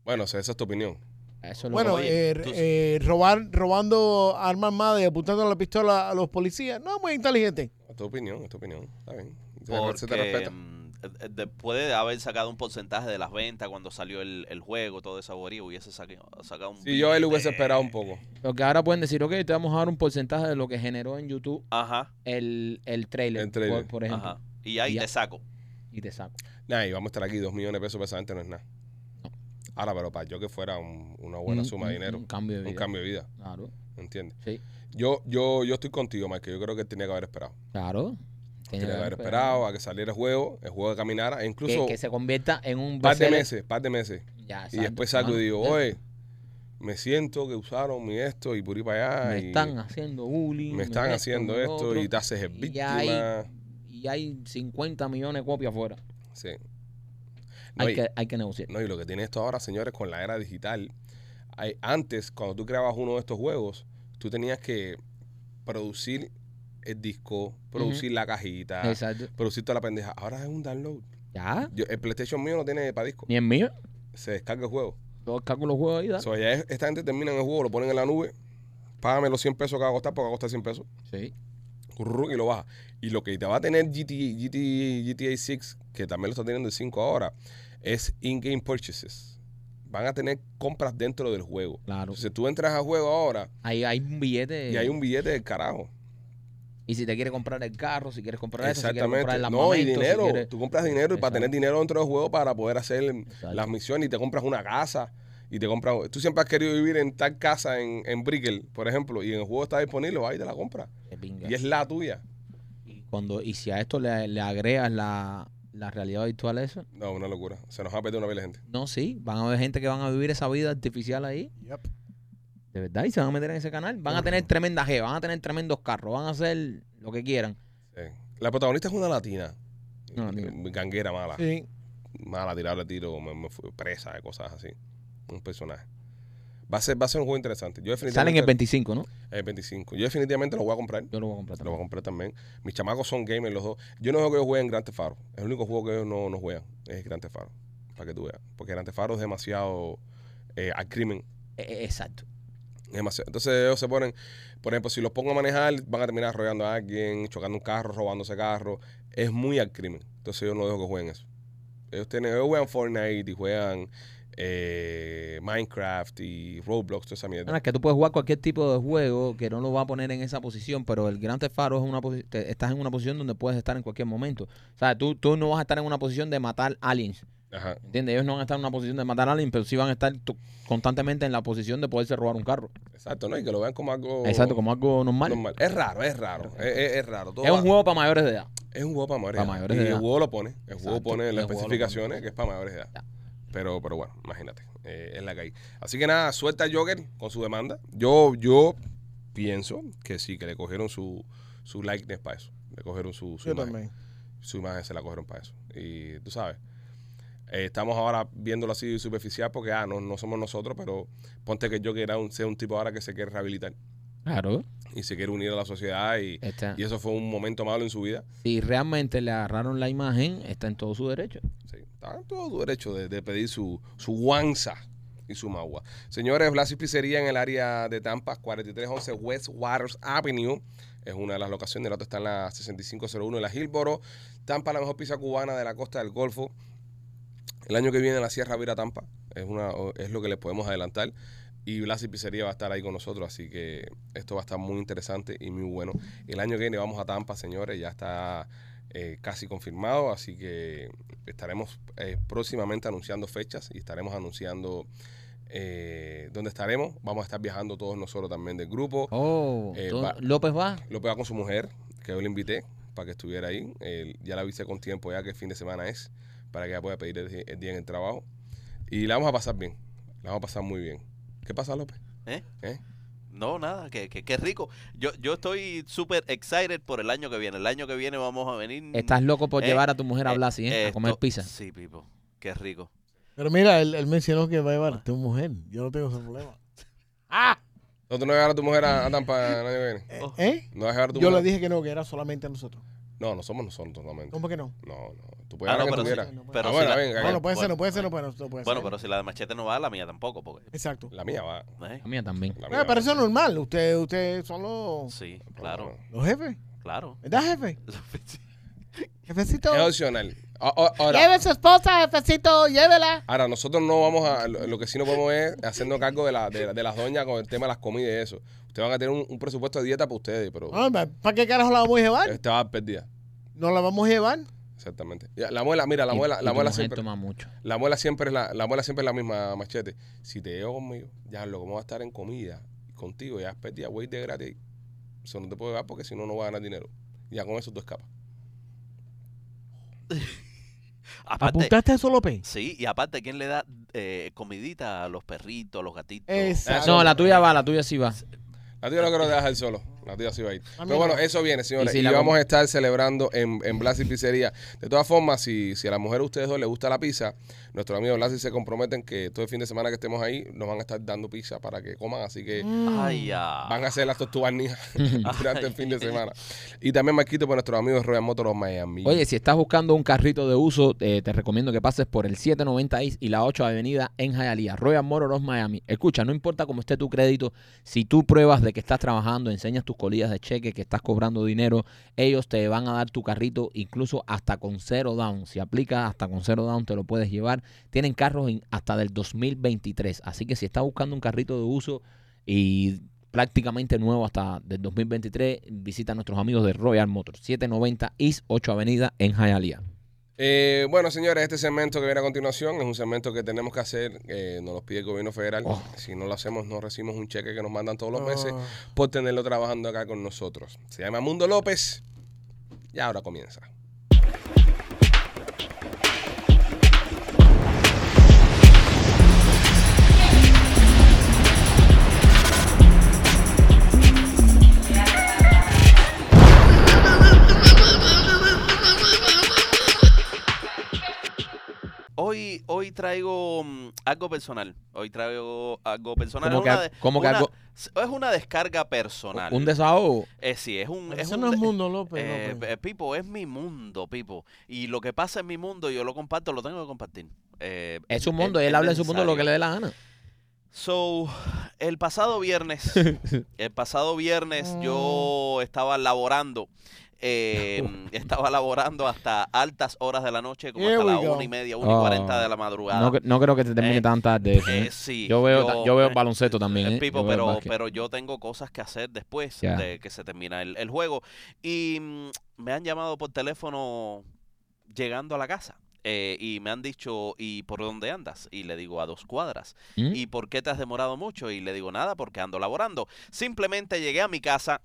Bueno, o sea, esa es tu opinión.
Eso es lo
Bueno,
oye,
eh,
tú-
eh, robar, robando armas armadas y apuntando la pistola a los policías, no es muy inteligente.
Es tu opinión, es tu opinión. Está bien. Se te-
Porque
se te respeta.
mm, eh, de- puede haber sacado un porcentaje de las ventas cuando salió el, el juego, todo esa bobería, hubiese saque- sacado un...
Si yo él
billete.
hubiese esperado
eh,
un poco.
Porque ahora pueden decir, ok, te vamos a dar un porcentaje de lo que generó en YouTube
Ajá,
el, el trailer,
El trailer.
Por, por ejemplo.
ajá. Y ahí
Ya.
te saco.
Y te saco.
Nah, y vamos a estar aquí, dos millones de pesos pesante no es nada.
No.
Ahora, pero para yo que fuera un- una buena
Un-
suma de
un-
dinero,
Un cambio de
un,
vida.
cambio de vida,
Claro,
¿entiendes?
sí.
Yo, yo, yo estoy contigo, Mike, que yo creo que él tenía que haber esperado.
Claro. Tiene
Tenía que haber esperado a que saliera el juego, el juego de caminara, e incluso
Que,
un
que se convierta en un
par de
bestseller.
meses, par de meses.
Ya,
Y
exacto,
después salgo
mano.
y digo,
Eh,
oye, me siento que usaron mi esto y por ahí para allá.
Me
y
están haciendo bullying.
me están
esto,
haciendo
me lo
esto
otro,
y te haces el
y ya hay-
víctima.
Y hay 50 millones de copias afuera.
Sí. No,
Hay
y-
que, hay que negociar.
No, y lo que tiene esto ahora, señores, con la era digital, hay- antes, cuando tú creabas uno de estos juegos, tú tenías que producir el disco, producir la cajita,
Exacto.
producir toda la pendeja. Ahora es un download.
Ya.
Yo- el PlayStation mío no tiene para disco.
Ni en mío.
Se descarga el juego.
Yo cargo los juegos ahí. da.
O sea, ya es- esta gente termina en el juego, lo ponen en la nube, págame los 100 pesos que va a costar, porque va a costar 100 pesos,
Sí.
curru, y lo baja. Y lo que te va a tener GTA, GTA, 6, que también lo está teniendo el 5 ahora, es in-game purchases. Van a tener compras dentro del juego.
Claro.
Entonces tú entras al juego ahora
Ahí hay un billete.
y hay un billete del carajo.
Y si te quieres comprar el carro, si quieres comprar eso, si quieres
Exactamente.
comprar el
no, y
armamento, si
dinero.
quieres- eh,
Tú compras dinero y para
Exacto.
tener dinero dentro del juego para poder hacer las misiones y te compras una casa y te compras. Tú siempre has querido vivir en tal casa en, en Brickell, por ejemplo, y en el juego está disponible, vas y te la compras.
Qué pinga.
Y es la tuya.
Y cuando, y si a esto le, le agregas la, la realidad virtual a eso,
No, una locura. Se nos va a perder una vez la gente.
no, sí, van a haber gente que van a vivir esa vida artificial ahí, de verdad, y se van a meter en ese canal, van a tener tremenda G, van a tener tremendos carros, van a hacer lo que quieran.
Sí. La protagonista es una latina.
Una latina.
Eh, Ganguera mala.
Sí.
Mala, tirarle tiro, me, me fue presa, de cosas así. Un personaje. Va a ser, va a ser un juego interesante. Yo
Salen el
definitivamente.
25, ¿no?
El 25. Yo definitivamente lo voy a comprar.
Yo lo voy a comprar
Lo voy a
también.
comprar también. Mis chamacos son gamers los dos. Yo no veo que ellos jueguen Grand Theft Auto. El único juego que ellos no, no juegan es Grand Theft Auto. Para que tú veas. Porque Grand Theft Auto es demasiado eh, al crimen.
Eh, eh, exacto.
Es demasiado. Entonces ellos se ponen, por ejemplo, si los pongo a manejar, van a terminar arrollando a alguien, chocando un carro, robándose carro. Es muy al crimen. Entonces yo no dejo que jueguen eso. Ellos, tienen, ellos juegan Fortnite y juegan eh, Minecraft y Roblox, toda esa mierda.
Bueno, es que tú puedes jugar cualquier tipo de juego que no lo va a poner en esa posición, pero el Gran Theft Auto es una posi- te- estás en una posición donde puedes estar en cualquier momento. O sea, tú, tú no vas a estar en una posición de matar aliens.
Ajá.
¿Entiendes? Ellos no van a estar en una posición de matar aliens, pero sí van a estar to- constantemente en la posición de poderse robar un carro.
Exacto, ¿no? Y que lo vean como algo.
Exacto, como algo normal.
normal. Es raro, es raro. Es, es- es raro. Todo
Es un
va-
juego para mayores de edad.
Es un juego para mayores. de
Para
edad.
mayores
y
de
el
edad.
juego lo pone. El juego
Exacto,
pone
el
las
juego lo pone.
especificaciones que es para mayores de edad.
Ya.
Pero, pero bueno, imagínate. eh, es la que hay. Así que nada, suelta a Joker con su demanda. Yo, yo pienso que sí, que le cogieron su, su likeness para eso. Le cogieron su, su
Yo
imagen.
también.
Su imagen se la cogieron para eso. Y tú sabes. eh, estamos ahora viéndolo así superficial porque ah, no, no somos nosotros, pero ponte que Joker era un, sea un tipo ahora que se quiere rehabilitar
Claro.
y se quiere unir a la sociedad y,
Está.
y eso fue un momento malo en su vida.
Si realmente le agarraron la imagen, está en todo su derecho.
Sí, está en todo su derecho de, de pedir su, su guanza y su magua. Señores, Blas y Pizzería en el área de Tampa, 4311 West Waters Avenue. Es una de las locaciones, la otra está en la 6501 de la Hillboro. Tampa, la mejor pizza cubana de la costa del Golfo. El año que viene la Sierra Vira Tampa. Es, una, es lo que les podemos adelantar. Y Blas y Pizzería va a estar ahí con nosotros, así que esto va a estar muy interesante y muy bueno. El año que viene vamos a Tampa, señores, ya está eh, casi confirmado, así que estaremos eh, próximamente anunciando fechas y estaremos anunciando eh, dónde estaremos. Vamos a estar viajando todos nosotros también del grupo.
Oh,
Eh,
todo-
va-
López va.
Lo pega con su mujer, que yo le invité para que estuviera ahí. Eh, ya la avisé con tiempo ya que fin de semana es, para que ella pueda pedir el, di- el día en el trabajo. Y la vamos a pasar bien, la vamos a pasar muy bien. ¿Qué pasa, López?
¿Eh?
¿Eh?
No, nada, que, que, que rico. Yo, yo estoy súper excited por el año que viene. El año que viene vamos a venir.
Estás loco por
Eh,
llevar a tu mujer a
eh,
Blasi, ¿eh? a
esto-
comer pizza.
Sí, Pipo. Qué rico.
Pero mira, él, él mencionó que va a llevar a tu mujer. Yo no tengo ese problema. ¡Ah!
¿No te no vas a llevar a tu mujer a, a Tampa el año que viene?
Oh.
¿Eh?
¿No vas a llevar a tu
Yo
mujer?
le dije que no, que era solamente a nosotros.
No, no somos nosotros solamente.
¿Cómo que no?
No, no. Tú puedes
Ah,
hacer
no,
que
pero
tuviera.
sí, no,
Pero
Ah,
si
bueno,
la-
venga,
No, no puede ser,
bueno,
no puede ser, no
bueno.
puede ser. No puede
Bueno,
ser.
pero si la de machete no va, la mía tampoco. Porque,
Exacto.
La mía va.
¿eh?
La mía también.
La mía
No, pero
va.
eso es normal. Ustedes usted son los,
Sí,
No,
claro,
no.
los jefes.
claro.
¿Verdad, jefe?
Sí.
Jefecito.
Es opcional. A- a- Ahora,
Lleve a su esposa, jefecito, llévela.
Ahora, nosotros no vamos a. Lo lo que sí no podemos es hacernos cargo de, la, de, de las doñas con el tema de las comidas y eso. Ustedes van a tener un, un presupuesto de dieta para ustedes, pero.
Ah, ¿pa- ¿Para qué carajo la vamos a llevar?
Este va a pérdida.
No la vamos a llevar.
Exactamente. Ya, La muela, mira, la
Y-
muela,
y
la
tu
muela
mujer
siempre.
toma mucho.
La muela siempre es la, la muela siempre es la misma machete. Si te llevo conmigo, ya lo como va a estar en comida contigo, ya es pérdida, güey, de gratis. Eso no te puedo dar porque si no, no vas a ganar dinero. Ya con eso tú escapas.
Aparte,
eso, López?
sí, y aparte, ¿quién le da eh, comidita a los perritos, a los gatitos?
Exacto.
No, la tuya va, la tuya sí va.
La tía no quiero dejar solo. La tía sí va a ir.
A
Pero
mí no.
bueno, eso viene, señores.
Y si
Y,
la
vamos
com-
a estar celebrando en, en Blas y Pizzería. De todas formas, si, si a la mujer de ustedes dos les gusta la pizza, nuestros amigos Blas y se comprometen que todo el fin de semana que estemos ahí nos van a estar dando pizza para que coman. Así que
Ay, ya.
van a hacer las tortugarnías durante el fin de semana. Y también Marquito por nuestros amigos Royal Motors of Miami.
Oye, si estás buscando un carrito de uso, eh, te recomiendo que pases por el 790 East y la 8 Avenida en Hialeah, Royal Motor of Miami. Escucha, no importa cómo esté tu crédito, si tú pruebas de que estás trabajando, enseñas tus colillas de cheque, que estás cobrando dinero, ellos te van a dar tu carrito incluso hasta con cero down. Si aplicas hasta con cero down, te lo puedes llevar. Tienen carros en- hasta del 2023. Así que si estás buscando un carrito de uso y prácticamente nuevo hasta del 2023. Visita a nuestros amigos de Royal Motors, 790 East 8 Avenida en Hialeah.
Eh, bueno, señores, este segmento que viene a continuación es un segmento que tenemos que hacer. eh, nos lo pide el gobierno federal.
Oh.
Si no lo hacemos, no recibimos un cheque que nos mandan todos los meses.
Oh.
por tenerlo trabajando acá con nosotros. Se llama Mundo López y ahora comienza.
Hoy, hoy traigo mm, algo personal. Hoy traigo algo personal.
¿Cómo
Es
que
una
algo-
de-
cómo que
una-
algo?
Es una descarga personal.
Un desahogo.
Eh, sí, es un.
Pero
es
Eso
un
no es
de-
mundo, López.
eh,
López.
eh, Pipo, es mi mundo, Pipo. Y lo que pasa en mi mundo, yo lo comparto, lo tengo que compartir. Eh,
Es su mundo, y él
es
habla en su mundo lo que le
necesario.
dé la gana.
So, el
Oh.
pasado viernes, el pasado viernes yo estaba laborando eh, estaba laborando hasta altas horas de la noche, como
Here
hasta
we
la
go.
una y media, una y
Oh.
cuarenta de la madrugada.
No, cre- no creo que te termine
Eh,
tan tarde. eso,
eh,
¿eh?
sí,
yo veo, ta- yo veo
eh,
baloncesto también.
eh,
¿eh?
Pipo,
Yo veo
pero,
básquet.
pero yo tengo cosas que hacer después
Ya.
de que se termina el, el juego. Y mm, me han llamado por teléfono llegando a la casa. eh, y me han dicho, ¿y por dónde andas? Y le digo, a dos cuadras.
¿Mm?
¿Y por qué te has demorado mucho? Y le digo, nada, porque ando laborando. Simplemente llegué a mi casa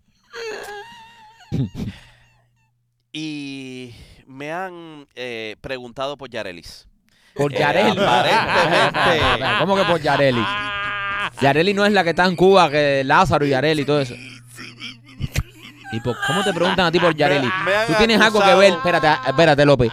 y me han eh, preguntado por Yarelis.
Por
Eh,
Yareli.
aparentemente.
¿Cómo que por Yareli? Yareli no es la que está en Cuba, que Lázaro y Yareli y todo eso. ¿Y por- cómo te preguntan a ti por Yareli?
me han
¿Tú tienes algo que
acusado-
ver? Espérate, ah, espérate, López.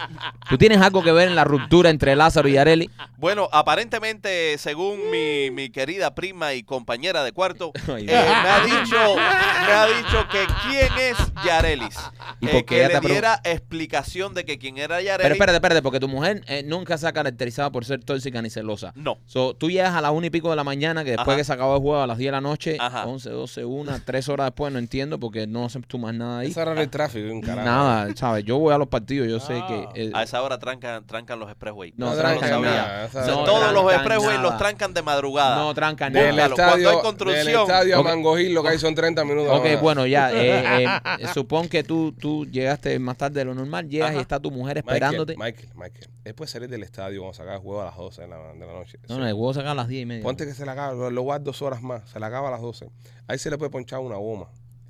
¿Tú tienes algo que ver en la ruptura entre Lázaro y Yareli?
Bueno, aparentemente, según mi, mi querida prima y compañera de cuarto,
Ay,
eh, me,
Dios.
ha dicho, me ha dicho que quién es Yarelis.
¿Y
Eh,
por qué
que
ella te
le
ha pregun-
diera explicación de que quién era
Pero
Yarelis.
espérate, espérate, porque tu mujer eh, nunca se ha caracterizado por ser tóxica ni celosa.
No.
So, tú llegas a las una y pico de la mañana, que después
Ajá.
que se acabó el juego a las 10 de la noche,
Ajá.
11, 12, 1, 3 horas después, no entiendo porque no haces tú más nada ahí.
Esa era el tráfico, un carajo.
Nada, ¿sabes? Yo voy a los partidos, yo sé que... eh,
A Ah. esa hora trancan, trancan los expressway.
No,
Eso
trancan
lo sabía.
nada, eso
O sea,
no
todos los
trancan
expressway
nada.
los trancan de madrugada.
no trancan
Del
nada.
Búscalo, cuando hay
estadio,
construcción.
del estadio
Ok.
a Mangojil lo que hay son 30 minutos.
Ok,
más.
bueno, ya. eh, eh, supón que tú, tú llegaste más tarde de lo normal, llegas
Ajá.
y está tu mujer esperándote.
Michael, Michael, Michael. Después de salir del estadio, vamos a sacar el juego a las 12 de la, de la noche.
No, no, el huevo saca a las 10 y media.
Ponte que se la acaba, lo, lo guardas dos horas más, se la acaba a las 12. Ahí se le puede ponchar una goma,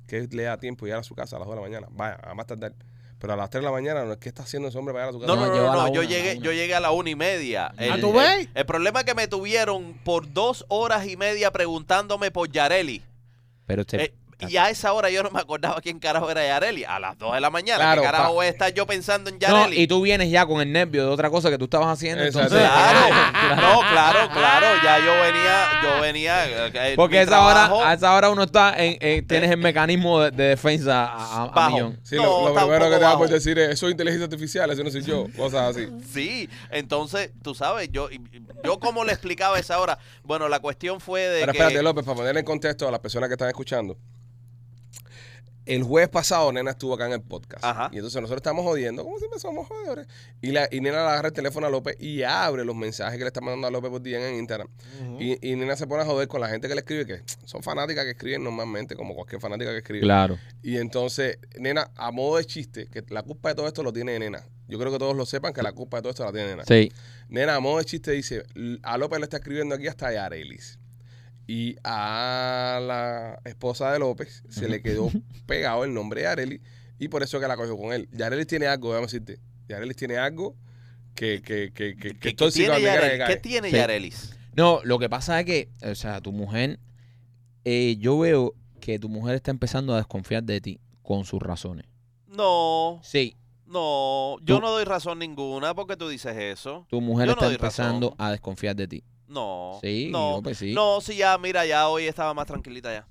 que le da tiempo de llegar a su casa a las 2 de la mañana. Vaya, a más tardar. Pero a las 3 de la mañana, no, ¿qué está haciendo ese hombre para llegar a su casa?
No, no, no,
llegó a
no,
la
yo
una, a
llegué,
la una.
yo llegué a la una y media. El,
tú ves?
el- el problema es que me tuvieron por dos horas y media preguntándome por Yareli.
Pero este, te-
Eh, y a esa hora yo no me acordaba quién carajo era Yareli. A las dos de la mañana, ¿qué
Claro,
carajo
pa-
voy a estar yo pensando en
No,
Yareli?
y tú vienes ya con el nervio de otra cosa que tú estabas haciendo.
Exacto.
entonces-
Claro, no, claro, claro. Ya yo venía, yo venía. eh,
Porque
mi
a esa hora,
trabajo-
a esa hora uno está en, en- tienes el mecanismo de, de defensa a, a- a
Bajo.
millón.
Sí,
No,
lo, lo
está un
primero que
poco
te va a
bajo.
poder decir es, soy inteligencia artificial, eso no soy yo, cosas así.
Sí, entonces, tú sabes, yo, y- yo cómo le explicaba a esa hora. Bueno, la cuestión fue de
Pero
que.
espérate, López, para poner en contexto a las personas que están escuchando. El jueves pasado, Nena estuvo acá en el podcast.
Ajá.
Y entonces nosotros estamos jodiendo, como siempre somos jodedores. Y, la, y Nena le agarra el teléfono a López y abre los mensajes que le está mandando a López por día en Instagram. y, y Nena se pone a joder con la gente que le escribe, que son fanáticas que escriben normalmente, como cualquier fanática que escribe.
Claro.
Y entonces, Nena, a modo de chiste, que la culpa de todo esto lo tiene Nena. Yo creo que todos lo sepan que la culpa de todo esto la tiene Nena.
Sí.
Nena, a modo de chiste dice, "L- a López le está escribiendo aquí hasta Yarelis. Y a la esposa de López se le quedó pegado el nombre de Yarelis y por eso que la cogió con él. Yarelis tiene algo, déjame decirte. Yarelis tiene algo que, que, que, que, que
¿Qué,
es tóxico
tiene
donde quiera que
Yarelis? ¿Qué
cae.
tiene
Sí.
Yarelis?
No, lo que pasa es que, o sea, tu mujer, eh, yo veo que tu mujer está empezando a desconfiar de ti con sus razones.
No,
Sí.
no, yo
Tú-
no doy razón ninguna porque tú dices eso.
Tu mujer
Yo no
está
doy
empezando
razón.
a desconfiar de ti.
No,
Sí,
no,
López, sí.
no, sí, ya, mira, ya hoy estaba más tranquilita ya.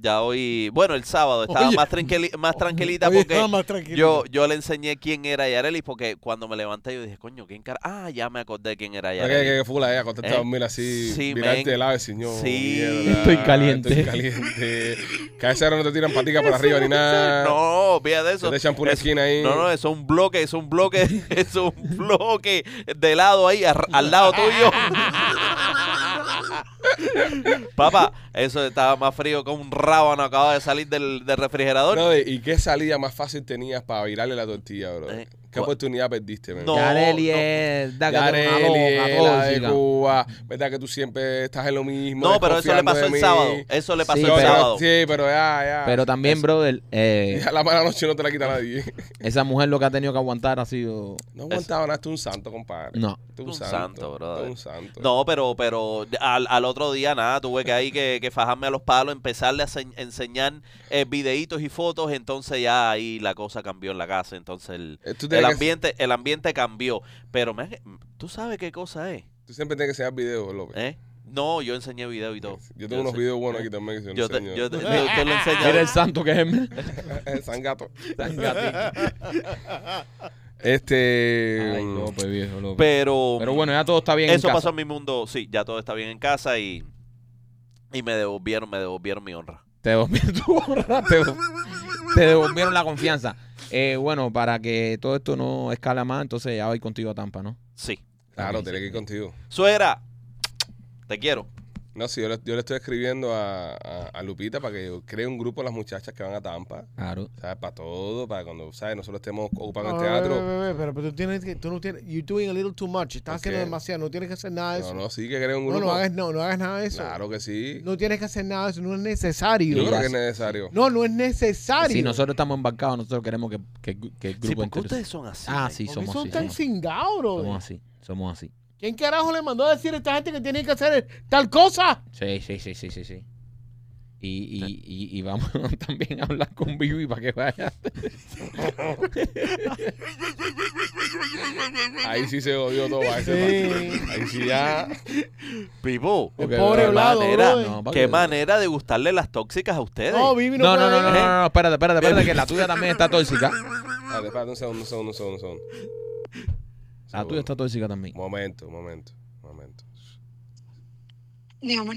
Ya hoy, bueno, el sábado estaba
Oye.
más, tranquili- más tranquilita
Oye,
porque
nada más tranquilo.
yo, yo le enseñé quién era Yarelis porque cuando me levanté yo dije, coño, ¿quién cara? Ah, ya me acordé quién era
No, Que, que,
Yarelis.
que fula ella contesta
Eh,
a dormir así,
sí,
mirarte
men.
de lado y decir, "No,
Sí.
mierda,
Estoy caliente".
Estoy caliente. Que a esa hora no te tiran patica por arriba ni nada.
No, vea de
Se
eso.
te echan por una
Es-
esquina ahí.
No, no, es un bloque, es un bloque, es un bloque de lado ahí, ar- al lado tuyo. Papá, eso estaba más frío que un rábano acaba de salir del, del refrigerador.
Bro, ¿Y qué salida más fácil tenías para virarle la tortilla, bro?
Eh,
¿Qué
cu-
oportunidad perdiste, man?
No,
Yareli
no.
es... da que
Yareli,
tiene una loca,
la de
tóxica.
Cuba, verdad que tú siempre estás en lo mismo.
no, pero eso le
desconfiando
pasó
de
el
mí.
sábado. Eso le pasó
Sí,
No,
el
pero-
sábado.
Sí, pero ya, ya.
Pero también, brother, eh,
Ya la mala noche no te la quita nadie.
esa mujer lo que ha tenido que aguantar ha sido...
No aguantaba nada, tú un santo, compadre.
No.
Tú un,
Mm, Un
santo,
santo, brother.
Tú un santo.
No, pero, pero al, al otro día nada, tuve que ahí que, que fajarme a los palos, empezarle a se- enseñar eh, videitos y fotos, entonces ya ahí la cosa cambió en la casa, entonces el,
Eh, Tú,
el
tienes que-
ambiente, el ambiente cambió. Pero man, tú sabes qué cosa es,
tú siempre tienes que enseñar videos, López.
¿eh? No, yo enseñé video y todo.
Pues Yo tengo unos
ense-
videos buenos aquí también que se
Yo
los
te,
enseño.
yo te- yo te lo
Mira
enseño.
el santo que es.
San gato.
Ay,
Este.
López, viejo, López.
Pero,
Pero bueno, ya todo está bien en
eso
casa.
pasó en mi mundo. Sí, ya todo está bien en casa y, y me devolvieron, me devolvieron mi honra.
Te devolvieron, tu honra, te, te devolvieron la confianza. Eh, bueno, para que todo esto no escala más, entonces ya voy contigo a Tampa, ¿no?
Sí.
Claro,
Ok,
tiene
sí.
que ir contigo.
Suegra, te quiero.
No, sí, yo le, yo le estoy escribiendo a, a- a Lupita para que cree un grupo de las muchachas que van a Tampa.
Claro.
¿Sabes? Para todo, para cuando, ¿sabes? Nosotros estemos ocupando
No,
el
ve, Ah, ve,
teatro.
ve, ve, Pero, pero tú tienes que, tú no tienes, you're doing a little too much. Estás
¿Por
haciendo
qué?
demasiado, no tienes que hacer nada de
No,
eso. Ah, No,
no, sí que creen un
no,
grupo.
hagas, no, no hagas nada de eso.
Claro que sí.
No tienes que hacer nada de eso, no es
Yo
necesario.
creo que es necesario.
No, no es necesario.
Si nosotros estamos embarcados, nosotros queremos que, que- que el grupo
Sí, porque
entero-
ustedes son así.
Ah,
men.
sí,
¿Por qué
somos
son
así.
tan
Somos,
cingados, bro.
somos así, somos así.
¿Quién carajo le mandó a decir a esta gente que tiene que hacer tal cosa?
Sí, sí, sí, sí, sí, sí. Y, y, y, y vamos también a hablar con Vivi para que vaya.
Ahí sí se odió todo. Ahí,
Sí.
ahí sí ya.
Vivo.
El
Porque
pobre
de
Vlado,
manera,
bro.
no,
Qué
porque-
manera de gustarle las tóxicas a ustedes.
No, Vivi no,
No, no,
puede
no, no, no,
venir.
¿Eh?
no, no, espérate, espérate, espérate, que la tuya también está tóxica.
Espérate, espérate, un segundo, un segundo, un segundo, un segundo.
La tuya está tóxica también.
Momento, momento, momento.
Mi amor.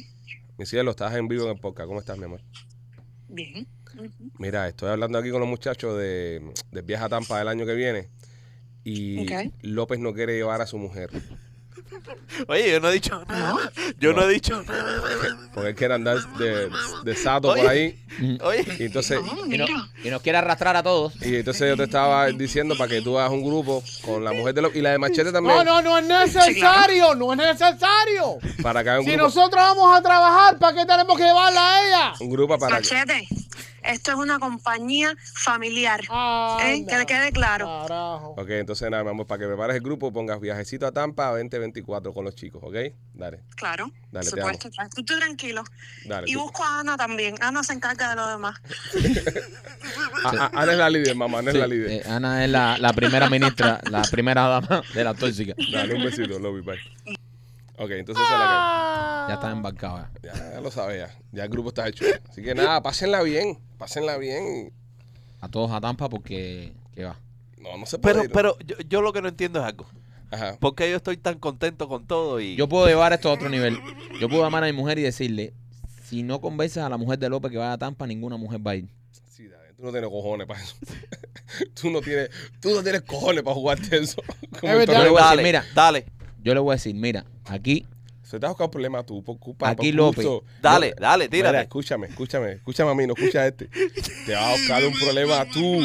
Mi cielo, estás en vivo en el podcast. ¿Cómo estás, mi amor?
Bien. Ujú.
Mira, estoy hablando aquí con los muchachos de, del viaje a Tampa del año que viene. Y
Ok.
López no quiere llevar a su mujer.
Oye, yo no he dicho nada. Yo no he dicho nada.
Porque él quiere andar de, de sato por
Oye.
ahí.
Oye,
Y entonces,
No,
Y,
mira.
nos quiere arrastrar a todos.
y entonces yo te estaba diciendo para que tú hagas un grupo con la mujer de López y la de Machete también.
No, no, no es necesario, no es necesario.
Para que haga un
Si
grupo,
nosotros vamos a trabajar, ¿para qué tenemos que llevarla a ella?
un grupo para que.
Machete, esto es una compañía familiar. ¿eh? Que
Anda,
le quede claro.
Carajo.
Ok, entonces nada, mi amor, para que prepares el grupo, pongas viajecito a Tampa 2024 con los chicos, ¿ok? Dale,
Claro. Por
Dale, te
supuesto. tra- Tú, tú tranquilo.
dale.
Y
tú.
busco a Ana también. Ana se encarga de lo demás.
A- a- Ah, Ana es la líder, mamá, Ana es la
Sí,
líder.
eh, Ana es la, la primera ministra, la primera dama de la tóxica.
Dale un besito, love you, bye. Ok, entonces esa es la
Ah.
Ya está
Ya
embarcada.
que- ya, ya lo sabes, ya. Ya el grupo está hecho. Así que nada, pásenla bien, pásenla bien.
A todos a Tampa porque. ¿Qué va?
No, no se puede.
pero,
ir.
pero yo, yo lo que no entiendo es algo.
Ajá.
¿Por qué yo estoy tan contento con todo y
Yo puedo llevar esto a otro nivel. Yo puedo llamar a mi mujer y decirle: si no convences a la mujer de López que vaya a Tampa, ninguna mujer va a ir.
Sí, dale, tú no tienes cojones para eso. tú, no tienes, tú no tienes cojones para jugarte eso. Como
verdad.
Yo le
torneo.
voy a decir,
dale,
mira.
dale,
Yo le voy a decir: mira, aquí.
Se te ha buscado problemas tú por culpa
Aquí,
por
López.
gusto.
dale, dale,
Mira,
tírate.
escúchame, escúchame, escúchame a mí, no escucha a este. Te va a buscar un problema tú.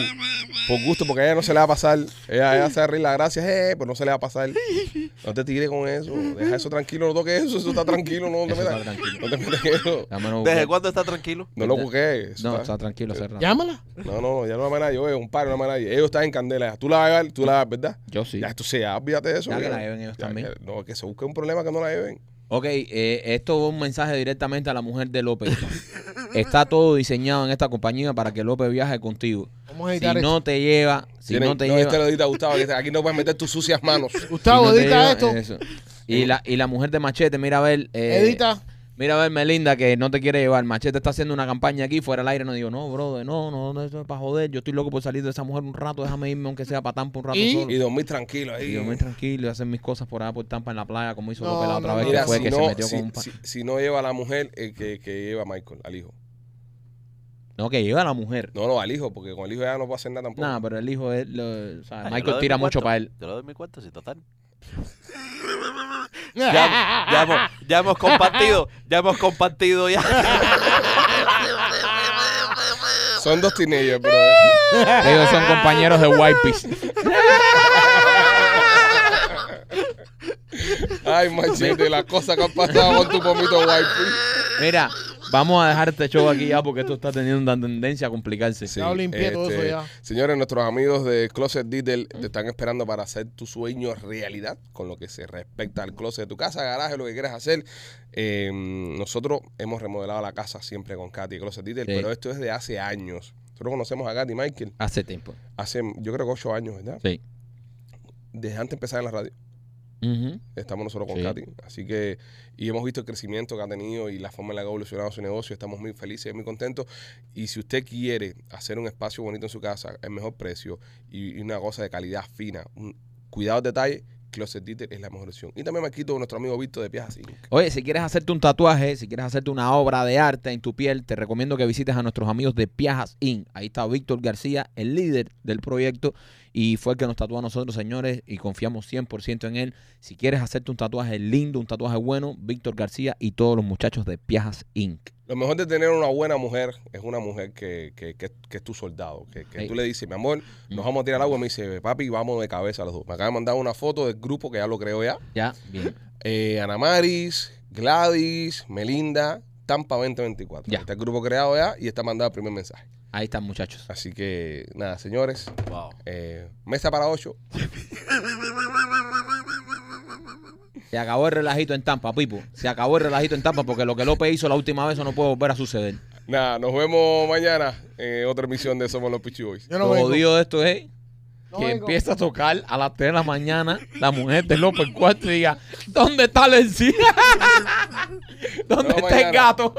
Por gusto, porque a ella no se le va a pasar. Ella, ella se va a reír las gracias, eh, pero no se le va a pasar. No te tires con eso. Deja eso tranquilo, no toques eso, eso está tranquilo, no te
Eso está
metas.
tranquilo.
No te metas en eso.
Dámelo-
¿Desde cuándo está tranquilo?
No lo busques.
No,
No,
está tranquilo, cerrado.
Llámala.
no, no, ya no la a yo, es un par, no la nadie. Ellos están en candela. ya. Tú la vas a llevar, tú la vas a llevar, ¿verdad?
Yo sí.
Ya, esto sea, olvídate de eso.
Ya que la
ya.
lleven ellos
Ya,
también.
ya, no, que se busque un problema que no la lleven.
Ok, eh, esto va un mensaje directamente a la mujer de López. Está todo diseñado en esta compañía para que López viaje contigo.
Vamos a
Si
editar
no te lleva, si
Tienen-
no te
no,
lleva.
este lo edita Gustavo, que aquí no puedes meter tus sucias manos.
esto. Gustavo,
si no te
edita
lleva, eh,
esto.
eso. Y la, y la mujer de Machete, mira a ver. eh,
Edita.
Mira a ver, Melinda, que no te quiere llevar. Machete está haciendo una campaña aquí fuera al aire. No digo, no, brother, no, no, no, eso es para joder. Yo estoy loco por salir de esa mujer un rato. Déjame irme, aunque sea para Tampa un rato
Y-
solo.
Y dormir tranquilo ahí.
Y yo me tranquilo y hacer mis cosas por allá por Tampa en la playa, como hizo
No,
López la otra
no,
vez,
no.
que
Mira,
fue
si
que
no,
se metió
si,
con un pa-
si- si no lleva a la mujer eh, que, que lleva a Michael, al hijo.
No, que lleva a la mujer.
No, no, al hijo, porque con el hijo ya no va a hacer nada tampoco.
Nada, pero el hijo es. lo- o sea,
Ah, yo le
Michael
doy
tira
mi
mucho
cuarto.
para él.
Yo le doy mi cuarto, si total. Ya, ya, hemos- ya hemos compartido, ya hemos compartido ya.
pues.
Son dos teenagers, bro.
Ellos son compañeros de White Piece.
Ay, machete, las cosas que han pasado con tu pomito white.
Mira, vamos a dejar este show aquí ya porque esto está teniendo una tendencia a complicarse.
Sí,
Ya hablo impía
este,
todo eso ya.
este, Señores, nuestros amigos de Closet Detail te están esperando para hacer tu sueño realidad con lo que se respecta al closet de tu casa, garaje, lo que quieras hacer. Eh, nosotros hemos remodelado la casa siempre con Katy Closet Detail,
Sí.
pero esto es de hace años. Nosotros conocemos a Katy Michael
Hace tiempo.
hace, yo creo que ocho años, ¿verdad?
Sí.
Desde antes de empezar en la radio.
Ujú.
Estamos nosotros con
Sí.
Katy. Así que, y hemos visto el crecimiento que ha tenido y la forma en la que ha evolucionado su negocio. Estamos muy felices, muy contentos. Y si usted quiere hacer un espacio bonito en su casa, el mejor precio y, y una cosa de calidad fina, un cuidado al detalle, Closet Dieter es la mejor opción. Y también Marquito, nuestro amigo Víctor de Piaja 5.
Oye, si quieres hacerte un tatuaje, si quieres hacerte una obra de arte en tu piel, te recomiendo que visites a nuestros amigos de Piajas Inc. Ahí está Víctor García, el líder del proyecto, y fue el que nos tatuó a nosotros, señores, y confiamos 100% en él. Si quieres hacerte un tatuaje lindo, un tatuaje bueno, Víctor García y todos los muchachos de Piajas Inc.
Lo mejor de tener una buena mujer es una mujer que, que, que- que es tu soldado. Que, que
Ey. Mm.
tú le dices, mi amor, nos vamos a tirar al agua. Me dice, papi, vamos de cabeza los dos. Me acaba de mandar una foto del grupo que ya lo creo ya.
Ya, bien.
Eh, Ana Maris, Gladys, Melinda, Tampa 2024.
Ya.
Está el grupo creado ya y está mandado el primer mensaje.
Ahí están, muchachos.
Así que, nada, señores,
Wow.
eh, mesa para ocho.
Se acabó el relajito en Tampa, Pipo. Se acabó el relajito en Tampa porque lo que López hizo la última vez, eso no puede volver a suceder.
Nada, nos vemos mañana en otra emisión de Somos los Pichi Boys.
Yo no
Lo
vengo.
jodido de esto es
No
que
vengo.
empieza a tocar a las 3 de la mañana la mujer de López Cuarto y diga, ¿dónde está Lenzi? ¿Dónde
No,
está el
mañana.
gato?